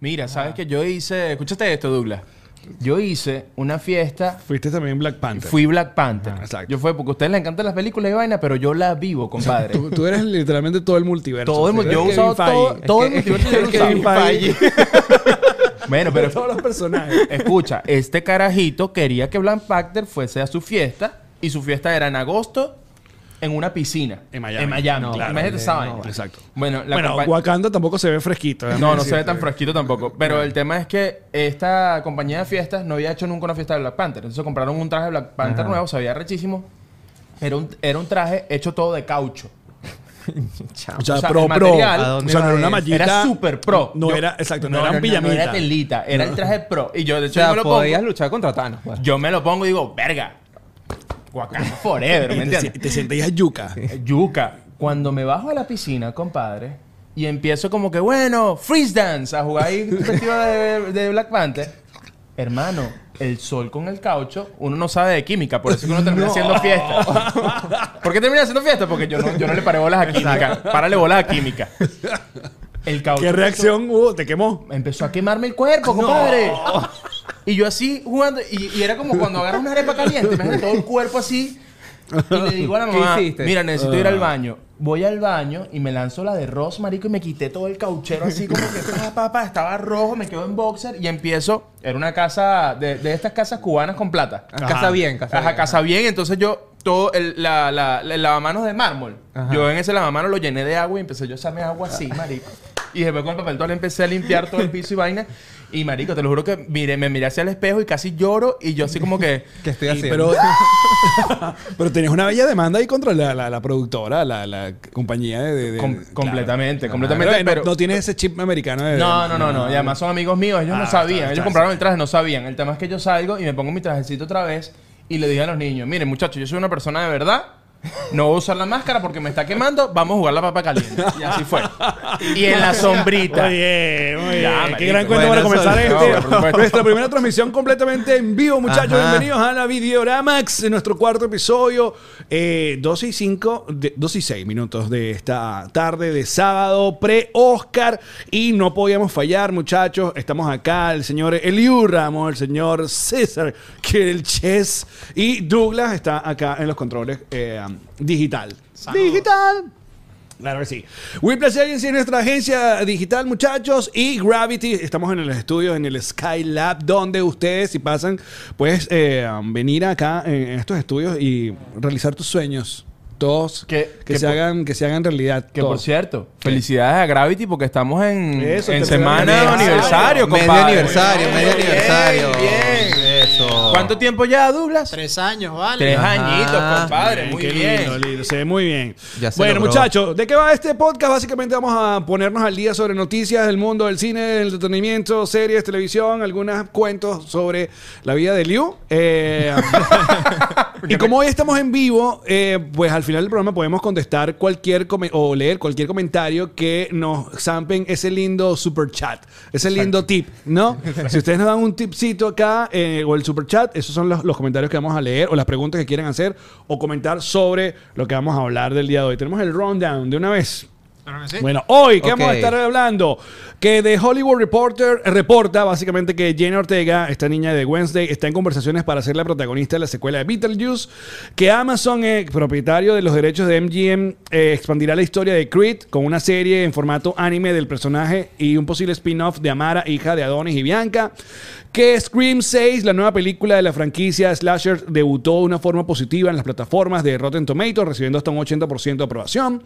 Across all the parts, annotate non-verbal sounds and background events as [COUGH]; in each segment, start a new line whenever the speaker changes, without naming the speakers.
Mira, ¿sabes que Yo hice... Escúchate esto, Douglas. Yo hice una fiesta...
Fuiste también Black Panther.
Fui Black Panther.
Ajá, exacto.
Yo fui porque a ustedes les encantan las películas y vaina, pero yo la vivo, compadre.
Tú, tú eres literalmente todo el multiverso.
Todo el mu-
Sí,
yo he
eres
usado
Kevin
todo,
Feige.
todo el
Es que-
multiverso.
es
yo lo he
Kevin
usado.
Feige.
bueno, pero
[LAUGHS] Todos los personajes.
escucha, este carajito quería que Black Panther fuese a su fiesta y su fiesta era en agosto en una piscina.
En Miami.
En Miami.
No,
Imagínate
vale,
esa vaina.
no, vale. Exacto.
Bueno, la
bueno,
compa-
Wakanda tampoco se ve fresquito. déjame
No, no se
decirte.
ve tan fresquito tampoco. Pero el tema es que esta compañía de fiestas no había hecho nunca una fiesta de Black Panther. Entonces compraron un traje de Black Panther nuevo, se veía rechísimo. Era un, era un traje hecho todo de caucho.
O sea,
O sea,
pro,
el
pro.
material- ¿A
O
dónde
sea, no
va
era una
eso?
mallita.
Era súper pro.
No
Yo-
era, exacto, no, era un
No era
pijamita.
telita, era el traje pro. Y yo, de
O
hecho, yo
sea,
me lo pongo.
podías luchar contra Thanos. pues.
Yo me lo pongo y digo, verga. Wakanda
[LAUGHS]
forever, ¿me
Y te,
entiendes?
te sentías yuca.
Yuca. Cuando me bajo a la piscina, compadre, y empiezo como que, bueno, freeze dance, a jugar ahí un festival de, de Black Panther. Hermano, el sol con el caucho, uno no sabe de química, por eso es que uno termina haciendo fiesta. ¿Por qué termina haciendo fiesta? Porque yo no, yo no le paré bolas a química. Párale bolas a química. El caucho.
¿Qué reacción hubo? ¿Te quemó?
Empezó a quemarme el cuerpo, compadre. Y yo así jugando. Y, y era como cuando agarras una arepa caliente, imagínate todo el cuerpo así. Y le digo a la
¿Qué
mamá,
hiciste?
mira, necesito ir al baño. Voy al baño y me lanzo la de Ross, marico, y me quité todo el cauchero así como que, papá, papá, estaba rojo, me quedo en boxer y empiezo. Era una casa, de, de estas casas cubanas con plata.
Ajá.
Casa bien, casa
Ajá,
bien.
casa bien. Entonces yo, todo el, la, la- la- el lavamanos de mármol.
Ajá.
Yo en ese lavamanos lo llené de agua y empecé yo a echarme agua así, marico. Y después con el papel toalla empecé a limpiar todo el piso y vaina. Y marico, te lo juro que miré, me miré hacia el espejo y casi lloro. Y yo así como que...
¿Qué estoy
Y-
haciendo?
[LAUGHS]
pero, pero tenías una bella demanda ahí contra la, la- la productora, la, la compañía de... de- de-
Com-
claro.
completamente,
Claro.
completamente,
Pero, eh, no-
pero-
No, tienes ese chip americano de...
No, no, no, no. Y además son amigos míos. Ellos
Ah,
no sabían.
está,
ellos
está,
compraron el traje, no sabían. El tema es que yo salgo y me pongo mi trajecito otra vez y le dije a los niños, miren muchachos, yo soy una persona de verdad. No voy a usar la máscara porque me está quemando. Vamos a jugar la papa caliente. Y así fue. Y en la sombrita.
Muy bien,
Ya,
muy bien.
marico.
Qué gran cuento
Bueno,
para comenzar
eso-
no, por
este.
supuesto.
Nuestra primera transmisión completamente en vivo, muchachos.
Ajá.
Bienvenidos a la Videoramax, en nuestro cuarto episodio. Eh, 2 y 5, de- 2 y 6 minutos de esta tarde de sábado, pre-Oscar. Y no podíamos fallar, muchachos. Estamos acá, el señor Eliu Ramos, el señor César Kirchess y Douglas está acá en los controles eh, digital. Digital. Claro que sí. Whiplash Agency es nuestra agencia digital, muchachos. Y Gravity, estamos en el estudio, en el Skylab, donde ustedes, si pasan, puedes eh, venir acá en en estos estudios y realizar tus sueños. Todos que,
Que- que
se
por-
hagan, que se hagan realidad.
Que por
todos.
cierto, felicidades a Gravity porque estamos en,
Eso,
en
tercer
semana de
aniversario.
aniversario,
Medio
compadre.
aniversario, medio
Bien,
aniversario.
bien.
Eso.
¿Cuánto tiempo ya, Douglas?
Tres años, vale.
Tres
Ajá.
añitos, compadre.
Bien,
Muy
qué
bien.
lindo, lindo. Se ve muy bien.
Ya se
bueno,
logró.
muchachos, ¿de qué va este podcast? Básicamente vamos a ponernos al día sobre noticias del mundo del cine, del entretenimiento, series, televisión, algunos cuentos sobre la vida de Liu. Eh, y como hoy estamos en vivo, eh, pues al final del programa podemos contestar cualquier come- o leer cualquier comentario que nos zampen ese lindo super chat, ese lindo tip, ¿no? si ustedes nos dan un tipcito acá eh, o el super chat, esos son los, los comentarios que vamos a leer o las preguntas que quieren hacer o comentar sobre lo que vamos a hablar del día de hoy. Tenemos el rundown de una vez.
Claro que sí.
Bueno, hoy que
Ok.
vamos a estar hablando que The Hollywood Reporter reporta básicamente que Jenna Ortega, esta niña de Wednesday, está en conversaciones para ser la protagonista de la secuela de Beetlejuice, que Amazon, eh, propietario de los derechos de MGM, eh, expandirá la historia de Creed con una serie en formato anime del personaje y un posible spin-off de Amara, hija de Adonis y Bianca, que Scream 6, la nueva película de la franquicia Slasher, debutó de una forma positiva en las plataformas de Rotten Tomatoes, recibiendo hasta un 80% de aprobación,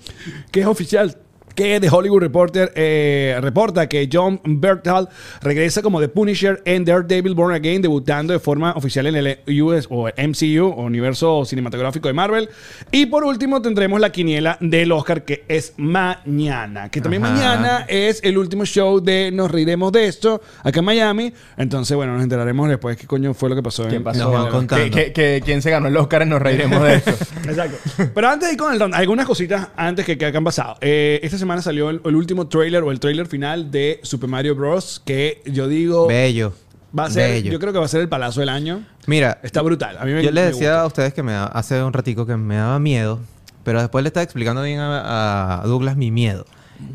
que es oficial que The Hollywood Reporter eh, reporta que John Bertal regresa como The Punisher en Daredevil Born Again, debutando de forma oficial en el US o MCU, o Universo Cinematográfico de Marvel. Y por último tendremos la quiniela del Oscar, que es mañana. Que también
Ajá.
mañana es el último show de Nos Riremos de Esto, acá en Miami. Entonces, bueno, nos enteraremos después qué coño fue lo que pasó.
¿Qué
en-
pasó?
Nos van contando.
¿Qué- qué- qué- quién se ganó el Oscar? Nos reiremos de eso.
[LAUGHS] Exacto. Pero antes de ir con el round, algunas cositas antes que, que han pasado. Eh, esta semana salió el, el último trailer o el trailer final de Super Mario Bros. Que yo digo.
Bello.
Va a ser,
Bello.
yo creo que va a ser el palazo del año.
Mira,
Está brutal. A mí me
yo les
me
decía
gusta.
a ustedes que me da- hace un ratico que me daba miedo, pero después le estaba explicando bien a, a Douglas mi miedo.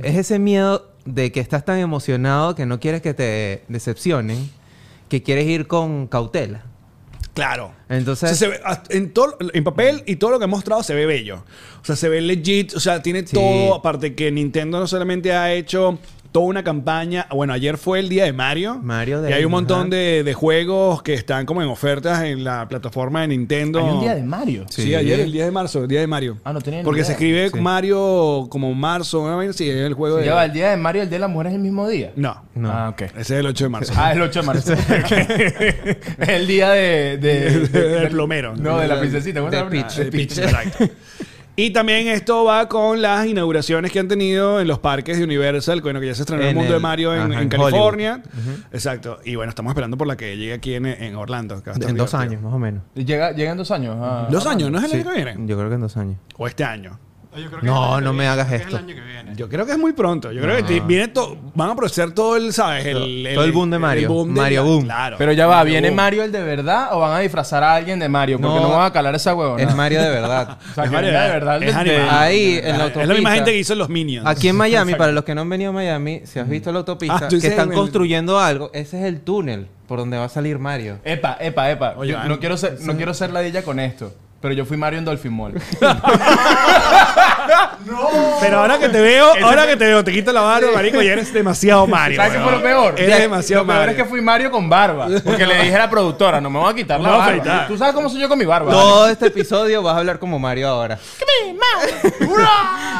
Es ese miedo de que estás tan emocionado que no quieres que te decepcionen, que quieres ir con cautela.
Claro.
Entonces-
O sea, se ve- hasta en, todo- en papel y todo lo que ha mostrado se ve bello. O sea, se ve legit. O sea, tiene
Sí.
todo. Aparte que Nintendo no solamente ha hecho toda una campaña. Bueno, ayer fue el día de Mario.
Mario
Y
Day,
hay un montón
ajá.
de, de juegos que están como en ofertas en la plataforma de Nintendo.
Hay un día de Mario.
Sí,
Sí.
ayer, el 10 de marzo, el día de Mario.
Ah, no tenía ni
Porque
idea.
se escribe
Sí.
Mario como marzo, una vaina así, el juego de.
Ya va, el día de Mario y el día de las mujeres es el mismo día.
No,
No.
Ah, ok.
ese es el 8 de marzo. [LAUGHS]
Ah, el 8 de marzo. Es [LAUGHS] el día de, de-
[LAUGHS]
de-
Del plomero.
No, de la princesita. ¿cómo se
De
llama?
Peach.
Ah, de Peach, exacto. Y también esto va con las inauguraciones que han tenido en los parques de Universal, bueno, que ya se estrenó el
En
mundo de
el-
Mario en,
ajá,
en
en
California. Exacto. Y bueno, estamos esperando por la que llegue aquí en, en Orlando. que va a estar
En dos
divertido.
años, más o menos.
[LAUGHS] Llega, llega en dos años. ah.
Dos años, ¿no es el
Sí,
año que viene?
Yo creo que en dos años.
O este año.
No, no me hagas esto.
Yo creo que es muy pronto. Yo creo que ti- viene to- van a aprovechar todo el, ¿sabes? El,
Todo el boom de Mario. Mario boom.
Claro.
Pero ya va, ¿viene
boom.
Mario el de verdad o van a disfrazar a alguien de Mario? Porque no,
No,
van a calar esa huevona. [LAUGHS]
Es Mario de verdad.
[LAUGHS]
O sea,
Es
que
Mario
venga
de
de verdad.
es
el de-
animal.
Ahí, en la
Es la misma
autopista.
gente que hizo los Minions.
Aquí
[LAUGHS]
en Miami, para los que no han venido a Miami, si has visto la
Ah,
autopista,
tú
que
dices
están
el-
construyendo algo, ese es el túnel por donde va a salir Mario.
Epa, epa, epa.
Oye,
Yo
ah,
no, quiero ser, no quiero ser ladilla con esto, pero yo fui Mario en Dolphin Mall.
Pero ahora que
[LAUGHS]
te veo, ahora que te veo, te quito la barba, marico, y eres demasiado Mario.
¿Sabes qué fue
weón.
lo peor?
Eres
Ya,
demasiado
Lo peor
Mario.
es que fui Mario con barba. Porque le dije a la productora, no me voy a quitar la
No,
barba.
afeitar.
Tú sabes cómo soy yo con mi barba.
Todo este episodio vas a hablar como Mario ahora.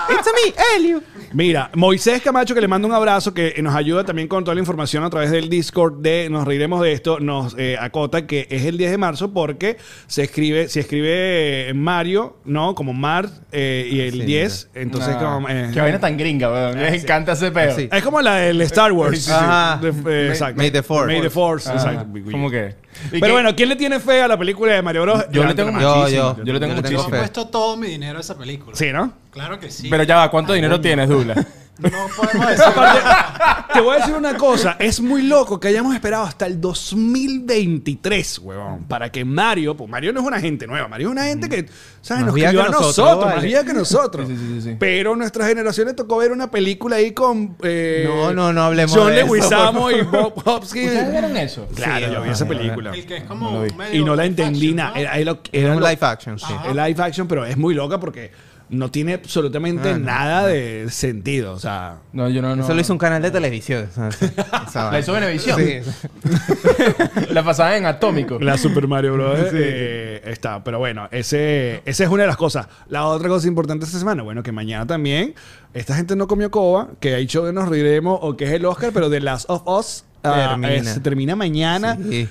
It's me, Elio.
Mira, Moisés Camacho, que le mando un abrazo, que nos ayuda también con toda la información a través del Discord de Nos Reiremos de Esto, nos eh, acota que es el 10 de marzo porque se escribe, se escribe eh, Mario, ¿no? Como Mar eh, y el
Sí,
10, entonces
Ah.
Nah,
como... eh,
Qué vaina tan gringa, weón. Les encanta ese peo. Ah,
Sí.
es como la del Star Wars.
Ajá.
De- eh,
May-
exacto.
May the Force.
May the Force,
Ah,
exacto.
¿Cómo que?
Pero bueno, ¿quién le tiene fe a la película de Mario Bros?
Yo le
Levanten
tengo
la mano.
Yo,
muchísimo.
yo.
Yo le tengo
Yo le tengo
muchísimo.
fe.
He puesto todo mi dinero a esa película.
Sí, ¿no?
Claro que sí.
Pero ya va, ¿cuánto dinero tienes, Dula?
No podemos decir.
Aparte, te voy a decir una cosa. Es muy loco que hayamos esperado hasta el 2023, huevón, para que Mario, pues Mario no es una gente nueva, Mario es una gente que, ¿sabes?
Más
Nos
vieja
crió a
que nosotros,
nosotros, más
vale.
vieja que nosotros.
Sí, sí, sí, sí.
Pero nuestra generación le tocó ver una película ahí con. eh,
No, no, no hablemos
John
de eso,
Leguizamo y Bob Hopkins.
¿Ustedes vieron eso?
Claro,
Sí,
yo vi
no,
esa
no, no,
película.
El que es como
No lo vi.
un medio
Y no la
old
entendí
fashion,
nada.
¿no?
Era, era lo-
Es
era
un
lo-
live action, sí.
el live action, pero es muy loca porque no tiene absolutamente
Ah,
nada de sentido. O sea.
No, yo no, no.
Eso lo hizo un canal de televisión. o sea, sí, esa
La
vaina.
hizo Venevisión.
Ah, Sí.
La pasaban en Atómico.
La Super Mario Bros. eh, está, pero bueno, ese, esa es una de las cosas. La otra cosa importante esta semana, bueno, que mañana también, esta gente no comió coba, que hay show de Nos Riremos o que es el Oscar, pero The Last of Us ah,
Termina.
eh, se termina mañana.
Sí.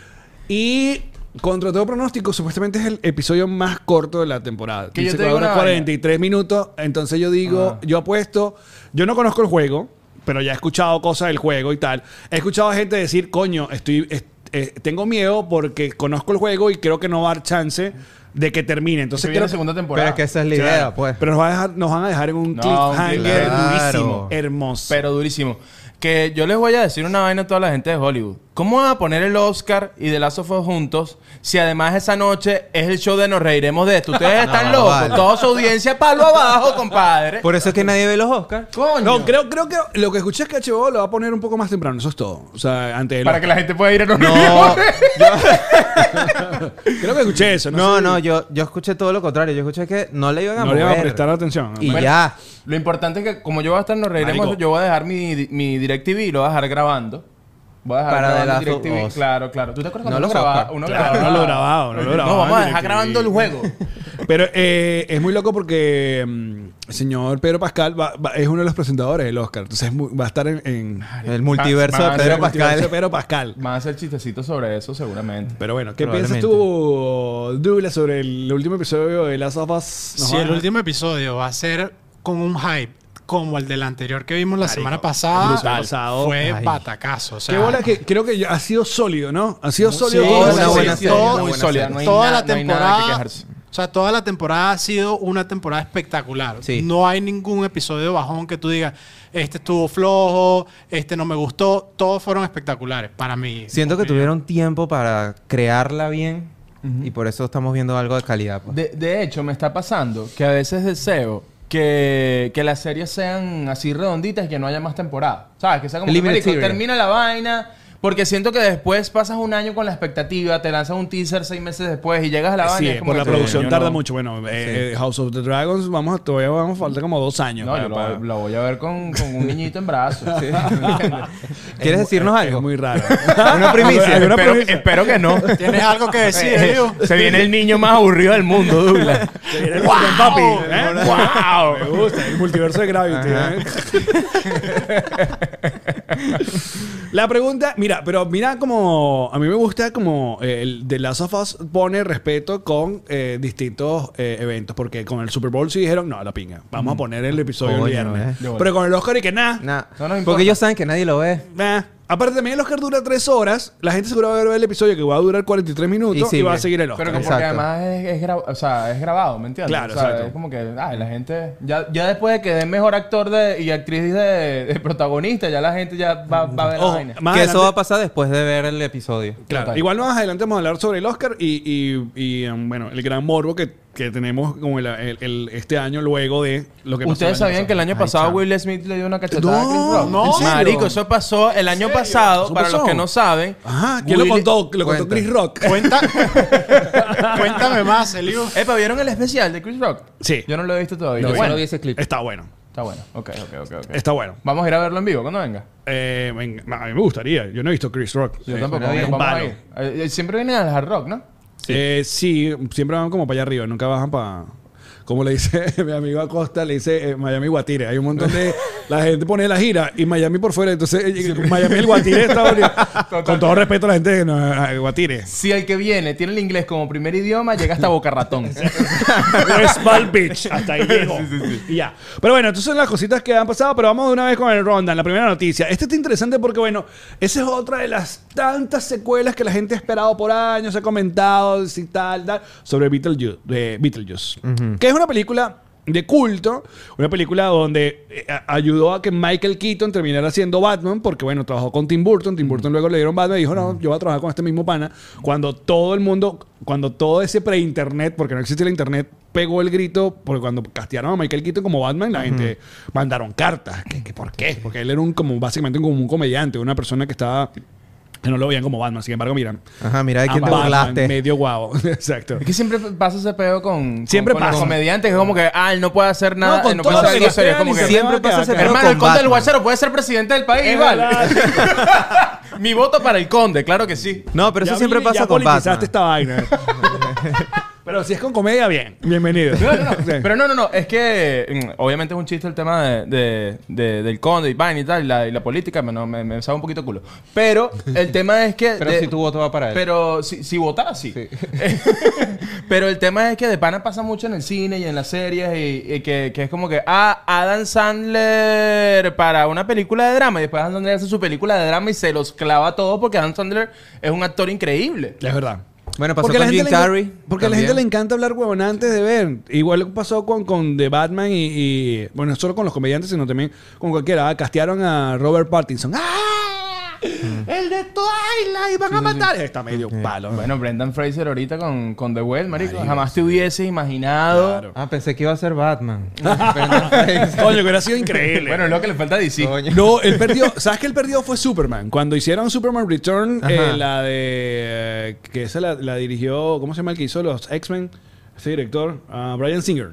Y contra todo pronóstico, supuestamente es el episodio más corto de la temporada.
Que yo
Dice
te
que
digo
dura
una vaina.
43 minutos. Entonces yo digo, yo apuesto, yo no conozco el juego, pero ya he escuchado cosas del juego y tal. He escuchado a gente decir, coño, estoy, es- eh, tengo miedo porque conozco el juego y creo que no va a dar chance de que termine.
Se
Entonces
viene
creo
la segunda temporada.
Pero es que esa es la idea, pues.
Pero nos, va a dejar- nos van a dejar en un
No,
cliffhanger
claro.
durísimo, hermoso.
Pero durísimo. Que yo les voy a decir una vaina a toda la gente de Hollywood. ¿Cómo van a poner el Oscar y The Last of Us juntos si además esa noche es el show de Nos Reiremos de esto? Ustedes están
[LAUGHS] No,
locos.
vale.
Toda su audiencia palo abajo, compadre.
Por eso es que nadie ve los Oscars.
Coño.
no, creo, creo que lo que escuché es que HBO lo va a poner un poco más temprano. Eso es todo. O sea, antes de
Para que la gente pueda ir a Nos
No,
Reiremos.
Creo que escuché eso. No,
no,
sé.
no, yo, yo escuché todo lo contrario. Yo escuché que no le iban a
No le
mover.
iba a prestar atención.
Y
Bueno,
ya.
Lo importante es que, como yo voy a estar en Nos Reiremos,
Marico.
yo voy a dejar mi, mi DirecTV y lo voy a dejar grabando. Voy a dejar
Para
grabando el
The Last of
DirecTV.
Us.
Claro, claro. ¿Tú te acuerdas
No
cuando
los
uno grababa?
Oscar.
Uno
Claro,
grababa-
no lo grababa, no lo grababa
vamos a
en
dejar
DirecTV.
grabando el juego.
Pero eh, es muy loco porque mm, el señor Pedro Pascal va- va- es uno de los presentadores del Oscar. Entonces es muy- va a estar en, en-
El multiverso
Ah,
de Pedro
el
de
Pascal.
Pedro Pascal.
Van a hacer chistecitos sobre eso, seguramente.
Pero bueno, ¿qué piensas
Probablemente.
tú, Douglas, sobre el último episodio de Last of Us? Nos
Si
van
el
a-
último episodio va a ser con un hype como el del anterior que vimos la semana pasada,
brutal.
fue
Ay.
batacazo. O sea,
Qué bola que creo que ya ha sido sólido, ¿no? Ha sido sólido.
Sí,
toda la
una
serie.
buena serie, una
muy
buena
sólida.
serie.
no hay
toda
nada-
la
no hay nada que
temporada.
quejarse.
o sea, toda la temporada ha sido una temporada espectacular.
Sí.
No hay ningún episodio bajón que tú digas, este estuvo flojo, este no me gustó. Todos fueron espectaculares para mí.
Siento que
Porque-
tuvieron tiempo para crearla bien y por eso estamos viendo algo de calidad. pues.
De, de hecho, me está pasando que a veces deseo que, que las series sean así redonditas y que no haya más temporada. ¿Sabes? Que sea como que,
Limited
"Marico,
series".
termina la vaina. Porque siento que después pasas un año con la expectativa, te lanzan un teaser seis meses después y llegas a la vaina.
Sí,
y es como
por la
que,
producción
"Coño,
tarda
no".
mucho. Bueno, eh, eh, House of the Dragons, vamos a, todavía vamos a faltar como dos años.
No,
para-
yo
para-
lo, lo voy a ver con, con un niñito en brazos. [LAUGHS]
¿Quieres decirnos
es-
algo?
Es muy raro.
Una primicia.
Alguna
espero,
premisa.
espero que no. Eh,
¿Tienes algo que decir, Eliu?
Se viene el niño más aburrido del mundo, Douglas.
¡Wow! Papi, ¿eh?
¡Wow!
Me gusta, el multiverso de Gravity.
Ajá.
¿eh? La pregunta, mira, pero mira como a mí me gusta como eh, el de Last of Us pone respeto con eh, distintos eh, eventos, porque con el Super Bowl sí dijeron, no, la pinga, vamos a poner el episodio
Mm. Coño,
el viernes.
eh.
De bola.
Pero con el Oscar y que nada,
Nah,
No nos importa.
porque ellos saben que nadie lo ve.
Nah. Aparte también el Oscar dura tres horas, la gente seguro va a ver el episodio que va a durar 43 minutos y,
Y sigue.
va a seguir el Oscar.
Pero que porque
Exacto.
además es, es gra- o sea, es grabado, ¿me entiendes?
Claro,
O sea,
exacto.
es como que ay, la gente. Ya, ya después de que den mejor actor de, y actriz de, de protagonista, ya la gente ya va, va a ver la
Ojo,
vaina.
más
que
adelante-
eso va a pasar después de ver el episodio.
Claro,
Total.
igual más adelante vamos a hablar sobre el Oscar y, y- y, em, bueno, el gran morbo que, que tenemos con el, el- el- este año luego de lo que pasó.
Ustedes
el año
sabían que el año
Ay,
pasado
chamo.
Will Smith le dio una cachetada
No,
a Chris Rock.
no. ¿En serio?
Marico, eso pasó el año pasado.
¿Eso
Para los
pasó?
que no saben.
Ajá, ¿quién lo
Will-
contó? Lo contó
Cuenta.
Chris
[LAUGHS]
Rock.
Cuenta, cuéntame más, Eliu.
Epa, ¿vieron el especial de Chris Rock?
Sí.
Yo no lo he visto todavía.
Yo
Está
solo
bueno.
vi ese clip.
Está bueno,
Está bueno. Ok, ok, ok. ok.
está bueno.
Vamos a ir a verlo en vivo cuando venga.
Eh, venga, a mí me gustaría, yo no he visto Chris Rock.
Yo
Eh,
tampoco.
es
Vamos
un
a
palo.
ir. Eh, eh, Siempre vienen al Hard Rock, ¿no?
Eh, sí, siempre van como para allá arriba, nunca bajan para... Como le dice [LAUGHS] mi amigo Acosta, le dice eh, Miami Guatire. Hay un montón de... La gente pone la gira y Miami por fuera. Entonces, eh, Miami el Guatire está...
[LAUGHS]
Con todo respeto a la gente de no, eh, Guatire.
Si el que viene tiene el inglés como primer idioma, llega hasta Boca Ratón.
[LAUGHS] West Palm Beach. Hasta ahí llegó. Y ya. Pero bueno, entonces son las cositas que han pasado, pero vamos de una vez con el ronda, la primera noticia. Este está interesante porque, bueno, esa es otra de las tantas secuelas que la gente ha esperado por años, ha comentado, y tal, tal, sobre Beetlejuice. De Beetlejuice Que es una película de culto, una película donde eh, a- ayudó a que Michael Keaton terminara siendo Batman, porque bueno, trabajó con Tim Burton, Tim Burton luego le dieron Batman y dijo, no, yo voy a trabajar con este mismo pana, cuando todo el mundo, cuando todo ese pre-internet, porque no existe el internet, pegó el grito, porque cuando castearon a Michael Keaton como Batman, la gente mandaron cartas, que, que ¿por qué? Porque él era un, como, básicamente como un comediante, una persona que estaba... Que no lo veían como Batman, sin embargo, miran.
Ajá, Ah, mira de
a
quién te
Batman,
burlaste.
Medio guau. [LAUGHS] Exacto.
Es que siempre pasa ese peo con, con-
Siempre
con
pasa.
los comediantes. Es como que, ah, él no puede hacer nada,
No, con
él no puede
todo
hacer
lo que
algo serio.
sea,
Como
ni
que,
se
Siempre
va a
pasa
quedar
ese
claro.
pedo
hermano,
con
el conde del
Batman.
guachero puede ser presidente del país,
Es
vale.
[LAUGHS] verdad.
[LAUGHS] Mi voto para el conde, claro que sí.
No, pero eso
Ya
siempre
vine-
pasa
ya
con Batman.
politizaste esta vaina. [LAUGHS] Pero si es con comedia, bien. Bienvenido.
[LAUGHS] No, no, no.
Sí.
Pero no, no, no. Es que mm, obviamente es un chiste el tema de, de- de- del conde y vaina y tal, y la, y la política, me, no, me, me sabe un poquito culo. Pero el tema es que.
[LAUGHS] Pero
de-
si tu voto va para él.
Pero si, si votara, sí.
Sí.
[LAUGHS] pero el tema es que de pana pasa mucho en el cine y en las series y, y que, que es como que, ah, Adam Sandler para una película de drama y después Adam Sandler hace su película de drama y se los clava todo porque Adam Sandler es un actor increíble.
Es verdad.
Bueno, pasó
a
con Jim
le
Carrey.
enca- Porque a la
también.
gente le encanta hablar huevón antes de ver. Igual pasó con, con The Batman y, y- Bueno, no solo con los comediantes, sino también con cualquiera. Ah, Castearon a Robert Pattinson. ¡Ah! ¡El de Twilight! ¡Van a matar! Está [LAUGHS] medio palo.
Bueno, Brendan Fraser ahorita con, con The Well, marico, jamás te hubiese imaginado.
Claro.
Ah, pensé que iba a ser Batman.
Coño, que hubiera sido increíble.
Bueno, es lo que le falta a DC.
Coño.
[LAUGHS] No, el perdió. ¿Sabes que el perdió fue Superman? Cuando hicieron Superman Return,
Ajá.
eh, la de. eh, que esa la, la dirigió. ¿Cómo se llama el que hizo los X-Men? Este director, ah, Brian Singer.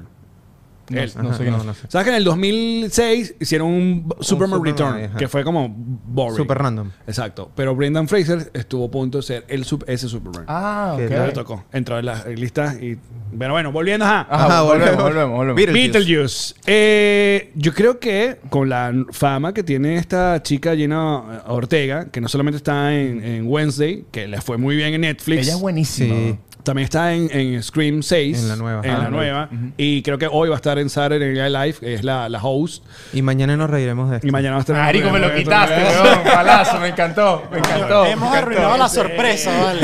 No,
Él.
no
Ajá,
sé qué.
no, no sé.
¿Sabes que en el 2006 hicieron un b- Superman,
Superman,
Return?
ajá.
Que fue como boring.
Super random.
Exacto. Pero Brendan Fraser estuvo a punto de ser el, sup- ese Superman.
Ah,
Que
ok.
No le tocó. Entró en las listas y. Bueno, bueno, volviendo ajá.
Ajá,
Ajá,
volvemos,
volvemos.
volvemos, volvemos.
Beetlejuice. Eh, yo creo que con la fama que tiene esta chica Gina Ortega, que no solamente está en, en Wednesday, que le fue muy bien en Netflix.
Ella es buenísima.
Sí.
También está en, en Scream 6.
En la nueva.
En la
Ah,
nueva. Y creo que hoy va a estar en Saturday Night Live, que es la, la host.
Y mañana nos reiremos de esto.
Y mañana va a estar en-
Marico, me lo quitaste, weón. Palazo, me encantó. Me encantó.
Hemos
me encantó.
arruinado la sorpresa, vale.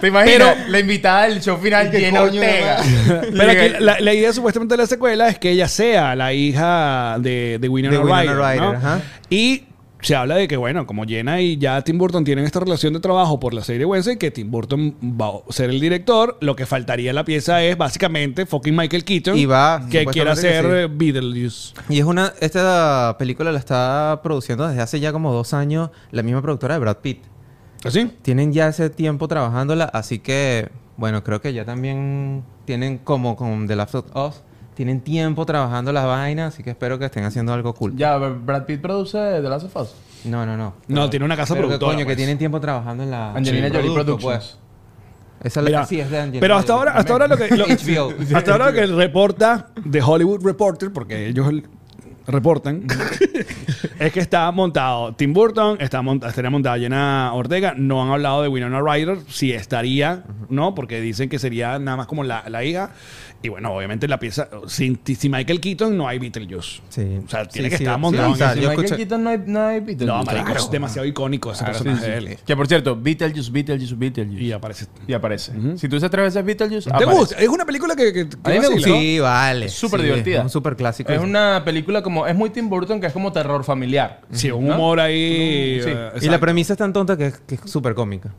¿Te imaginas?
Pero-
la invitada del show final Jenna
coño,
Ortega. [LAUGHS]
Pero aquí la, la idea supuestamente de la secuela es que ella sea la hija de, de Winona
De Winona
Ryder. ¿no?
Ryder, ajá.
Y se habla de que, bueno, como Jenna y ya Tim Burton tienen esta relación de trabajo por la serie Wednesday, que Tim Burton va a ser el director, lo que faltaría en la pieza es básicamente fucking Michael Keaton,
Y va,
que
supuestamente
quiera
que
hacer
sí.
eh, Beetlejuice.
Y es una. Esta película la está produciendo desde hace ya como dos años la misma productora de Brad Pitt.
¿Así?
Tienen ya ese tiempo trabajándola, así que. Bueno, creo que ya también tienen como con The Last of Us. Tienen tiempo trabajando las vainas, así que espero que estén haciendo algo cool.
Ya, Brad Pitt produce The Last of Us.
No, no, no.
No, tiene una casa
Pero que
productora.
coño, que
pues.
tienen tiempo trabajando en la.
Angelina
en el
Jolie
producto,
Productions.
pues. Esa es la
Mira,
sí, es de Angelina
pero hasta
Jolie.
ahora, hasta ahora
[LAUGHS]
lo
[LAUGHS]
que lo- [LAUGHS]
HBO.
hasta ahora lo que reporta de Hollywood Reporter, porque ellos el-
[LAUGHS]
reportan, es que está montado Tim Burton, está mont- estaría montada Jenna Ortega, no han hablado de Winona Ryder, si estaría, ¿no? Porque dicen que sería nada más como la, la hija. Y bueno, obviamente la pieza, sin, sin Michael Keaton no hay Beetlejuice.
Sí.
O sea, tiene
Sí,
que
sí,
estar
sí,
montado. en
o sea,
ese-
Si
yo
Michael
escuché-
Keaton no hay, no hay Beatles.
no, marico, es demasiado icónico ese
Claro,
personaje
sí,
de
sí.
él.
Que por cierto, Beetlejuice, Beetlejuice, Beetlejuice.
Y aparece.
Y aparece. Si tú dices tres veces Beetlejuice,
¿Te
aparece.
gusta? Es una película que, que- que
A mí me
vacila.
gustó.
Sí, vale.
Es súper
sí,
divertida.
Es un súper clásico.
Es una película como... Es muy Tim Burton, que es como terror familiar.
Sí, un
¿No?
humor ahí.
Sí. Y
eh,
Y la
exacto.
premisa es tan tonta que es que es súper cómica.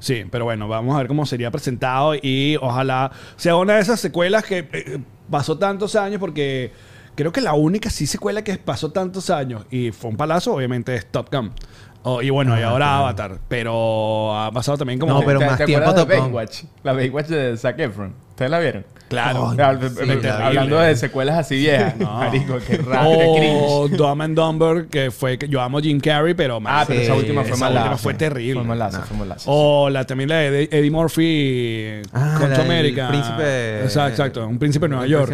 Sí, pero bueno, vamos a ver cómo sería presentado y ojalá sea una de esas secuelas que eh, pasó tantos años porque creo que la única sí secuela que pasó tantos años y fue un palazo obviamente es Top Gun. Oh, y bueno, y ahora Avatar, pero ha pasado también como
No,
que-
pero-
¿Te-
más
¿te
tiempo
acuerdas de
Top Gun.
Baywatch? La Baywatch de Zac Efron. ¿Ustedes la vieron?
claro.
Coño.
Hab-
sí,
hab-
terrible.
hablando de secuelas así viejas. [LAUGHS]
No.
Marico, qué raro,
Oh,
qué cringe.
O Dumb and Dumber, que fue que yo amo a Jim Carrey, pero
Ah,
más.
pero
Sí,
esa última fue
esa
malaza.
última fue terrible. Oh,
Fue malaza, fue malaza.
O la, también la de Eddie Murphy
Ah,
con
la
Tom
del
Erika.
príncipe-
Exacto, exacto. Un príncipe de Nueva York.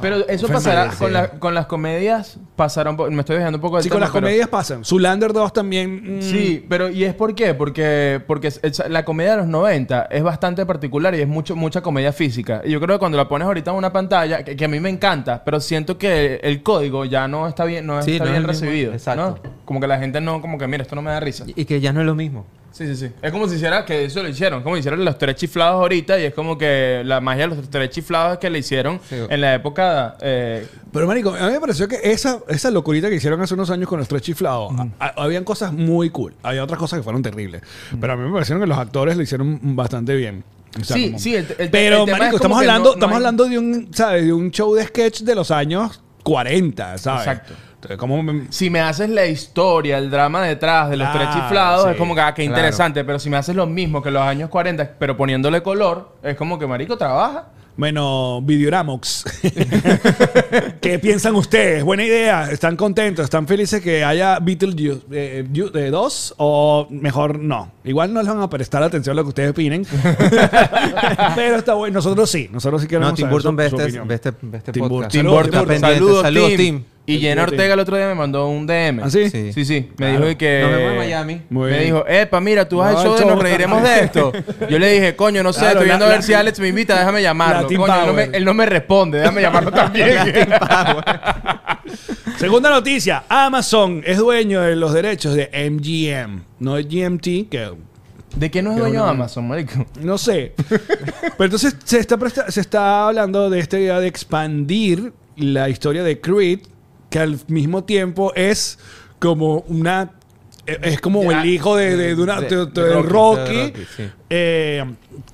Pero eso
Fue
pasará
mala,
con,
sí.
la- con las comedias. Pasará un po- Me estoy dejando un poco del
Sí, con
tema,
las
pero-
comedias pasan. Zulander 2 también. mm,
Sí, pero ¿y es por qué? Porque, porque es- es- la comedia de los 90 es bastante particular y es mucho, mucha comedia física. Y yo creo que cuando la pones ahorita en una pantalla, que, que a mí me encanta, pero siento que el código ya no está bien, no
Sí,
está
no es
bien
el mismo.
recibido.
Exacto.
¿no? Como que la gente no, como que mira, esto no me da risa.
Y que ya no es lo mismo.
Sí, sí, sí. Es como si hiciera que eso lo hicieron, como hicieron los tres chiflados ahorita y es como que la magia de los tres chiflados que le hicieron
Sí.
en la época... eh,
Pero, marico, a mí me pareció que esa, esa locurita que hicieron hace unos años con los tres chiflados, a- a- habían cosas muy cool. Había otras cosas que fueron terribles. Pero a mí me parecieron que los actores lo hicieron bastante bien. O sea,
Sí,
como-
sí, el te- el te-
pero,
el tema
marico,
es como
estamos
que no-
hablando,
no
estamos
hay-
hablando de un, ¿sabes? De un show de sketch de los años 40, ¿sabes?
Exacto.
Entonces, ¿cómo me-
Si me haces la historia, el drama detrás de los
Ah,
tres chiflados,
sí.
es como que, ah, qué
Claro.
interesante. Pero si me haces lo mismo que los años 40, pero poniéndole color, es como que marico trabaja.
Bueno, Videoramox. [LAUGHS] ¿Qué piensan ustedes? Buena idea. ¿Están contentos? ¿Están felices que haya Beetlejuice eh, 2? o mejor no. Igual no les van a prestar atención a lo que ustedes opinen. [LAUGHS] Pero está bueno. Nosotros sí. Nosotros sí queremos
No, Tim
saber
Burton
su-
ve
su
este,
opinión.
ve este, ve este
Tim
podcast.
Burton.
Tim
Saludos,
Burton.
Tim Burton.
Saludos,
Saludos,
Tim.
Tim.
Y Jenna
Tim.
Ortega el otro día me mandó un DM.
¿Ah, sí?
Sí.
Sí, sí. Me
Claro.
dijo que...
Nos vemos en Miami.
Muy
me
bien.
dijo, epa, mira, tú vas
No,
al show de
chau.
Nos Reiremos de Esto. Yo le dije, coño, no sé,
Claro,
estoy
la-
viendo a
la-
ver si Alex me invita, déjame
la
llamarlo.
Tim
Coño, él no, me,
Power.
él no me responde, déjame
[LAUGHS]
llamarlo también.
Segunda noticia. Amazon es dueño de los derechos de MGM. No de GMT, que
¿De qué no es
Qué
dueño
bueno.
Amazon, marico?
No sé. Pero entonces se está, presta- se está hablando de esta idea de expandir la historia de Creed, que al mismo tiempo es como una. eh, Es como
Ya.
el hijo de, de- de una,
De-
de-
de
de
Rocky,
Rocky.
de Rocky, sí.
eh,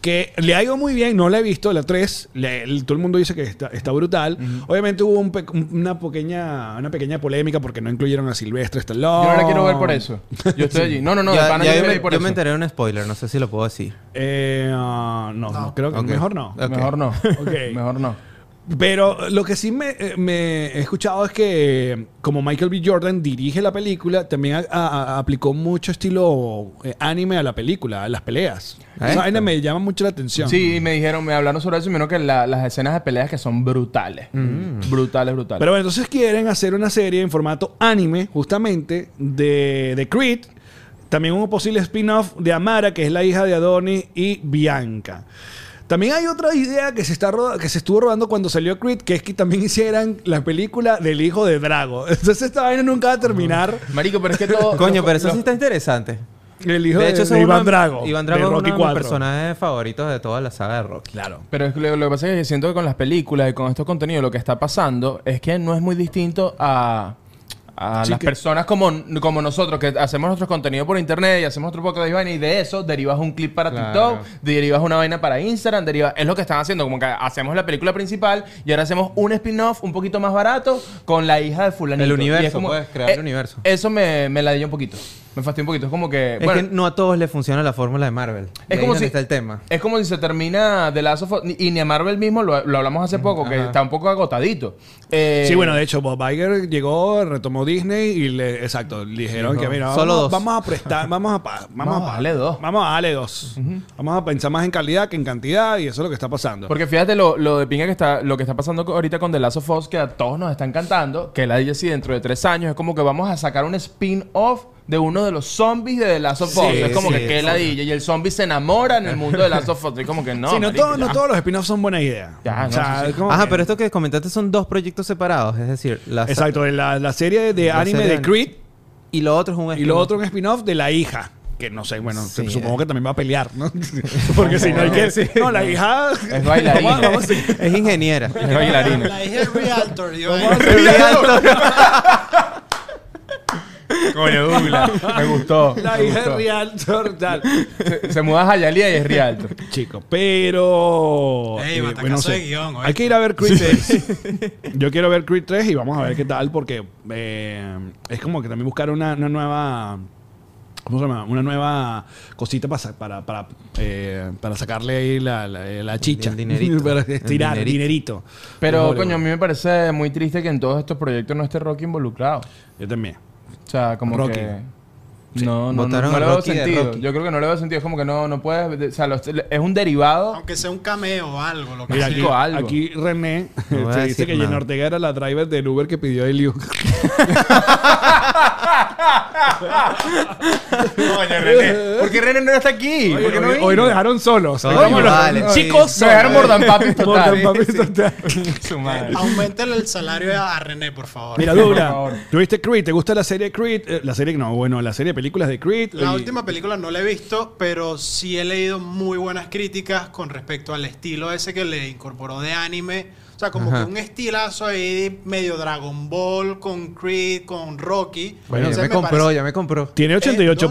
que le ha ido muy bien, no la he visto, la 3, le- el- todo el mundo dice que está, está brutal. Obviamente hubo un pe- un- una, pequeña, una pequeña polémica porque no incluyeron a Silvestre Stallone.
Yo no la quiero ver por eso. Yo estoy allí. No, no, no, de
Ya-
pana
ya
yo
yo
la vi
me,
por
yo
eso.
me enteré de un spoiler, no sé si lo
[LAUGHS]
puedo decir.
Eh, ah, no, no, creo que
Ok.
mejor no.
[LAUGHS] Ok.
Mejor no.
Ok.
Mejor no.
Pero lo que sí me, eh, me he escuchado es que eh, como Michael B. Jordan dirige la película, también a- a- a- aplicó mucho estilo eh, anime a la película, a las peleas.
Ah,
Esa vaina
esto.
me llama mucho la atención.
Sí, me dijeron, me hablaron sobre eso y me dijeron que la- las escenas de peleas que son brutales.
Mm.
Brutales, brutales.
Pero bueno, entonces quieren hacer una serie en formato anime, justamente, de, de Creed. También un posible spin-off de Amara, que es la hija de Adonis, y Bianca. También hay otra idea que se, está roda- que se estuvo rodando cuando salió Creed, que es que también hicieran la película del hijo de Drago. [LAUGHS] Entonces esta vaina nunca va a terminar.
Marico, pero es que todo...
Coño, pero eso
los-
sí está interesante.
El hijo
de
de,
hecho, ese
de
es uno
Iván
de-
Drago.
Iván Drago
de
es
Rocky
uno de mis
4.
personajes favoritos de toda la saga de Rocky.
Claro.
Pero es que lo, lo que pasa es que siento que con las películas y con estos contenidos lo que está pasando es que no es muy distinto a... a
Sí,
las
que-
personas como, como nosotros que hacemos nuestro contenido por internet y hacemos otro poco de vaina y de eso derivas un clip para
Claro.
TikTok, derivas una vaina para Instagram, derivas, es lo que están haciendo, como que hacemos la película principal y ahora hacemos un spin-off un poquito más barato con la hija de fulanito.
El universo,
Y e
puedes crear el universo.
Eso me, me la dio un poquito. Me fastidió un poquito. Es como que...
Es
bueno,
que no a todos les funciona la fórmula de Marvel.
es como si
está el tema.
Es como si se termina The Last of Us. Y ni a Marvel mismo, lo, lo hablamos hace poco, que
Ajá.
está un poco agotadito. Eh,
Mm, Sí, bueno, de hecho, Bob Iger llegó, retomó Disney y le, exacto, le dijeron
Dijo,
que mira,
"Solo
vamos,
dos".
vamos a prestar, vamos a,
[LAUGHS]
pa- vamos,
Vamos a darle dos.
Oh. Vamos a darle dos. Vamos a pensar más en calidad que en cantidad y eso es lo que está pasando.
Porque fíjate lo, lo de pinga que está, lo que está pasando co- ahorita con The Last of Us, que a todos nos están cantando, que la si dentro de tres años es como que vamos a sacar un spin-off de uno de los zombies de The Last of Us.
Sí,
es como
sí,
que qué la y el zombie se enamora en el mundo de The Last of Us. Es como que
[LAUGHS]
no.
sí, no,
marico,
todo- no
ya.
todos los spin-offs son buena idea.
Ya, no, sí, sí.
es como
Ajá,
que-
pero este esto que comentaste son dos proyectos separados. Es decir, la
Exacto, la, la serie de
La
anime
serie
de
de-
Creed
y lo otro es un
y lo
spin-off.
otro un spin-off de la hija. Que no sé, bueno,
Sí,
supongo
eh.
que también va a pelear, ¿no? [LAUGHS] Porque si no hay que... No, la hija...
Es bailarina.
[LAUGHS] Vamos- vamos a-
[LAUGHS] Es
[LAUGHS]
ingeniera.
Es bailarina.
La dije Realtor. Yo, eh,
[LAUGHS]
Coño, Douglas. Me gustó.
La
me
hija
gustó.
de Realtor, tal.
Se, se muda a Hialeah y es Rialto.
Chico, pero. eh,
Ey, batacazo de guión, oye.
Hay que ir a ver Creed 3. [LAUGHS] Yo quiero ver Creed 3 y vamos a ver qué tal, porque eh, es como que también buscar una, una nueva. ¿Cómo se llama? Una nueva cosita para, sa- para, para, eh, para sacarle ahí la, la, eh, la chicha.
El dinerito.
[LAUGHS] para
El
estirar, dinerito.
dinerito.
Pero,
Mejor,
coño, a
bueno.
mí me parece muy triste que en todos estos proyectos no esté Rocky involucrado.
Yo también.
O sea, como
Rocky.
que... No, no, no,
Votaron
no
a
le veo
Rocky de
sentido.
Rocky.
Yo creo que no le veo sentido. Es como que no, no puedes... de- O sea, los- es un
[LAUGHS]
derivado.
aunque sea un cameo o algo, lo que
Mira, ah,
sea.
aquí,
Chico, algo.
aquí René [LAUGHS]
No voy a
se dice
decir
que Jenna
nada.
Ortega era la driver del Uber que pidió Eliu.
Coño, René. ¿Por qué René no está aquí? ¿Por qué no
hoy,
vino?
hoy lo dejaron solos.
Coño,
Dejámoslo-
vale, sí.
Chicos,
Nos dejaron mordampapis
[LAUGHS]
total.
mordampapis total.
Su madre.
Aumentale Eh, el salario a René, por favor.
Mira,
Por favor.
Dura, ¿tuviste Creed? ¿Te gusta la serie Creed? Eh, la serie, no, bueno, la serie de películas de Creed.
La
Y-
última película no la he visto, pero sí he leído muy buenas críticas con respecto al estilo ese que le incorporó de anime. O sea, como
Ajá.
que un estilazo ahí medio Dragon Ball, con Creed, con Rocky.
Bueno, ya
Entonces
me compró,
parece-
ya me compró.
Tiene
Eh,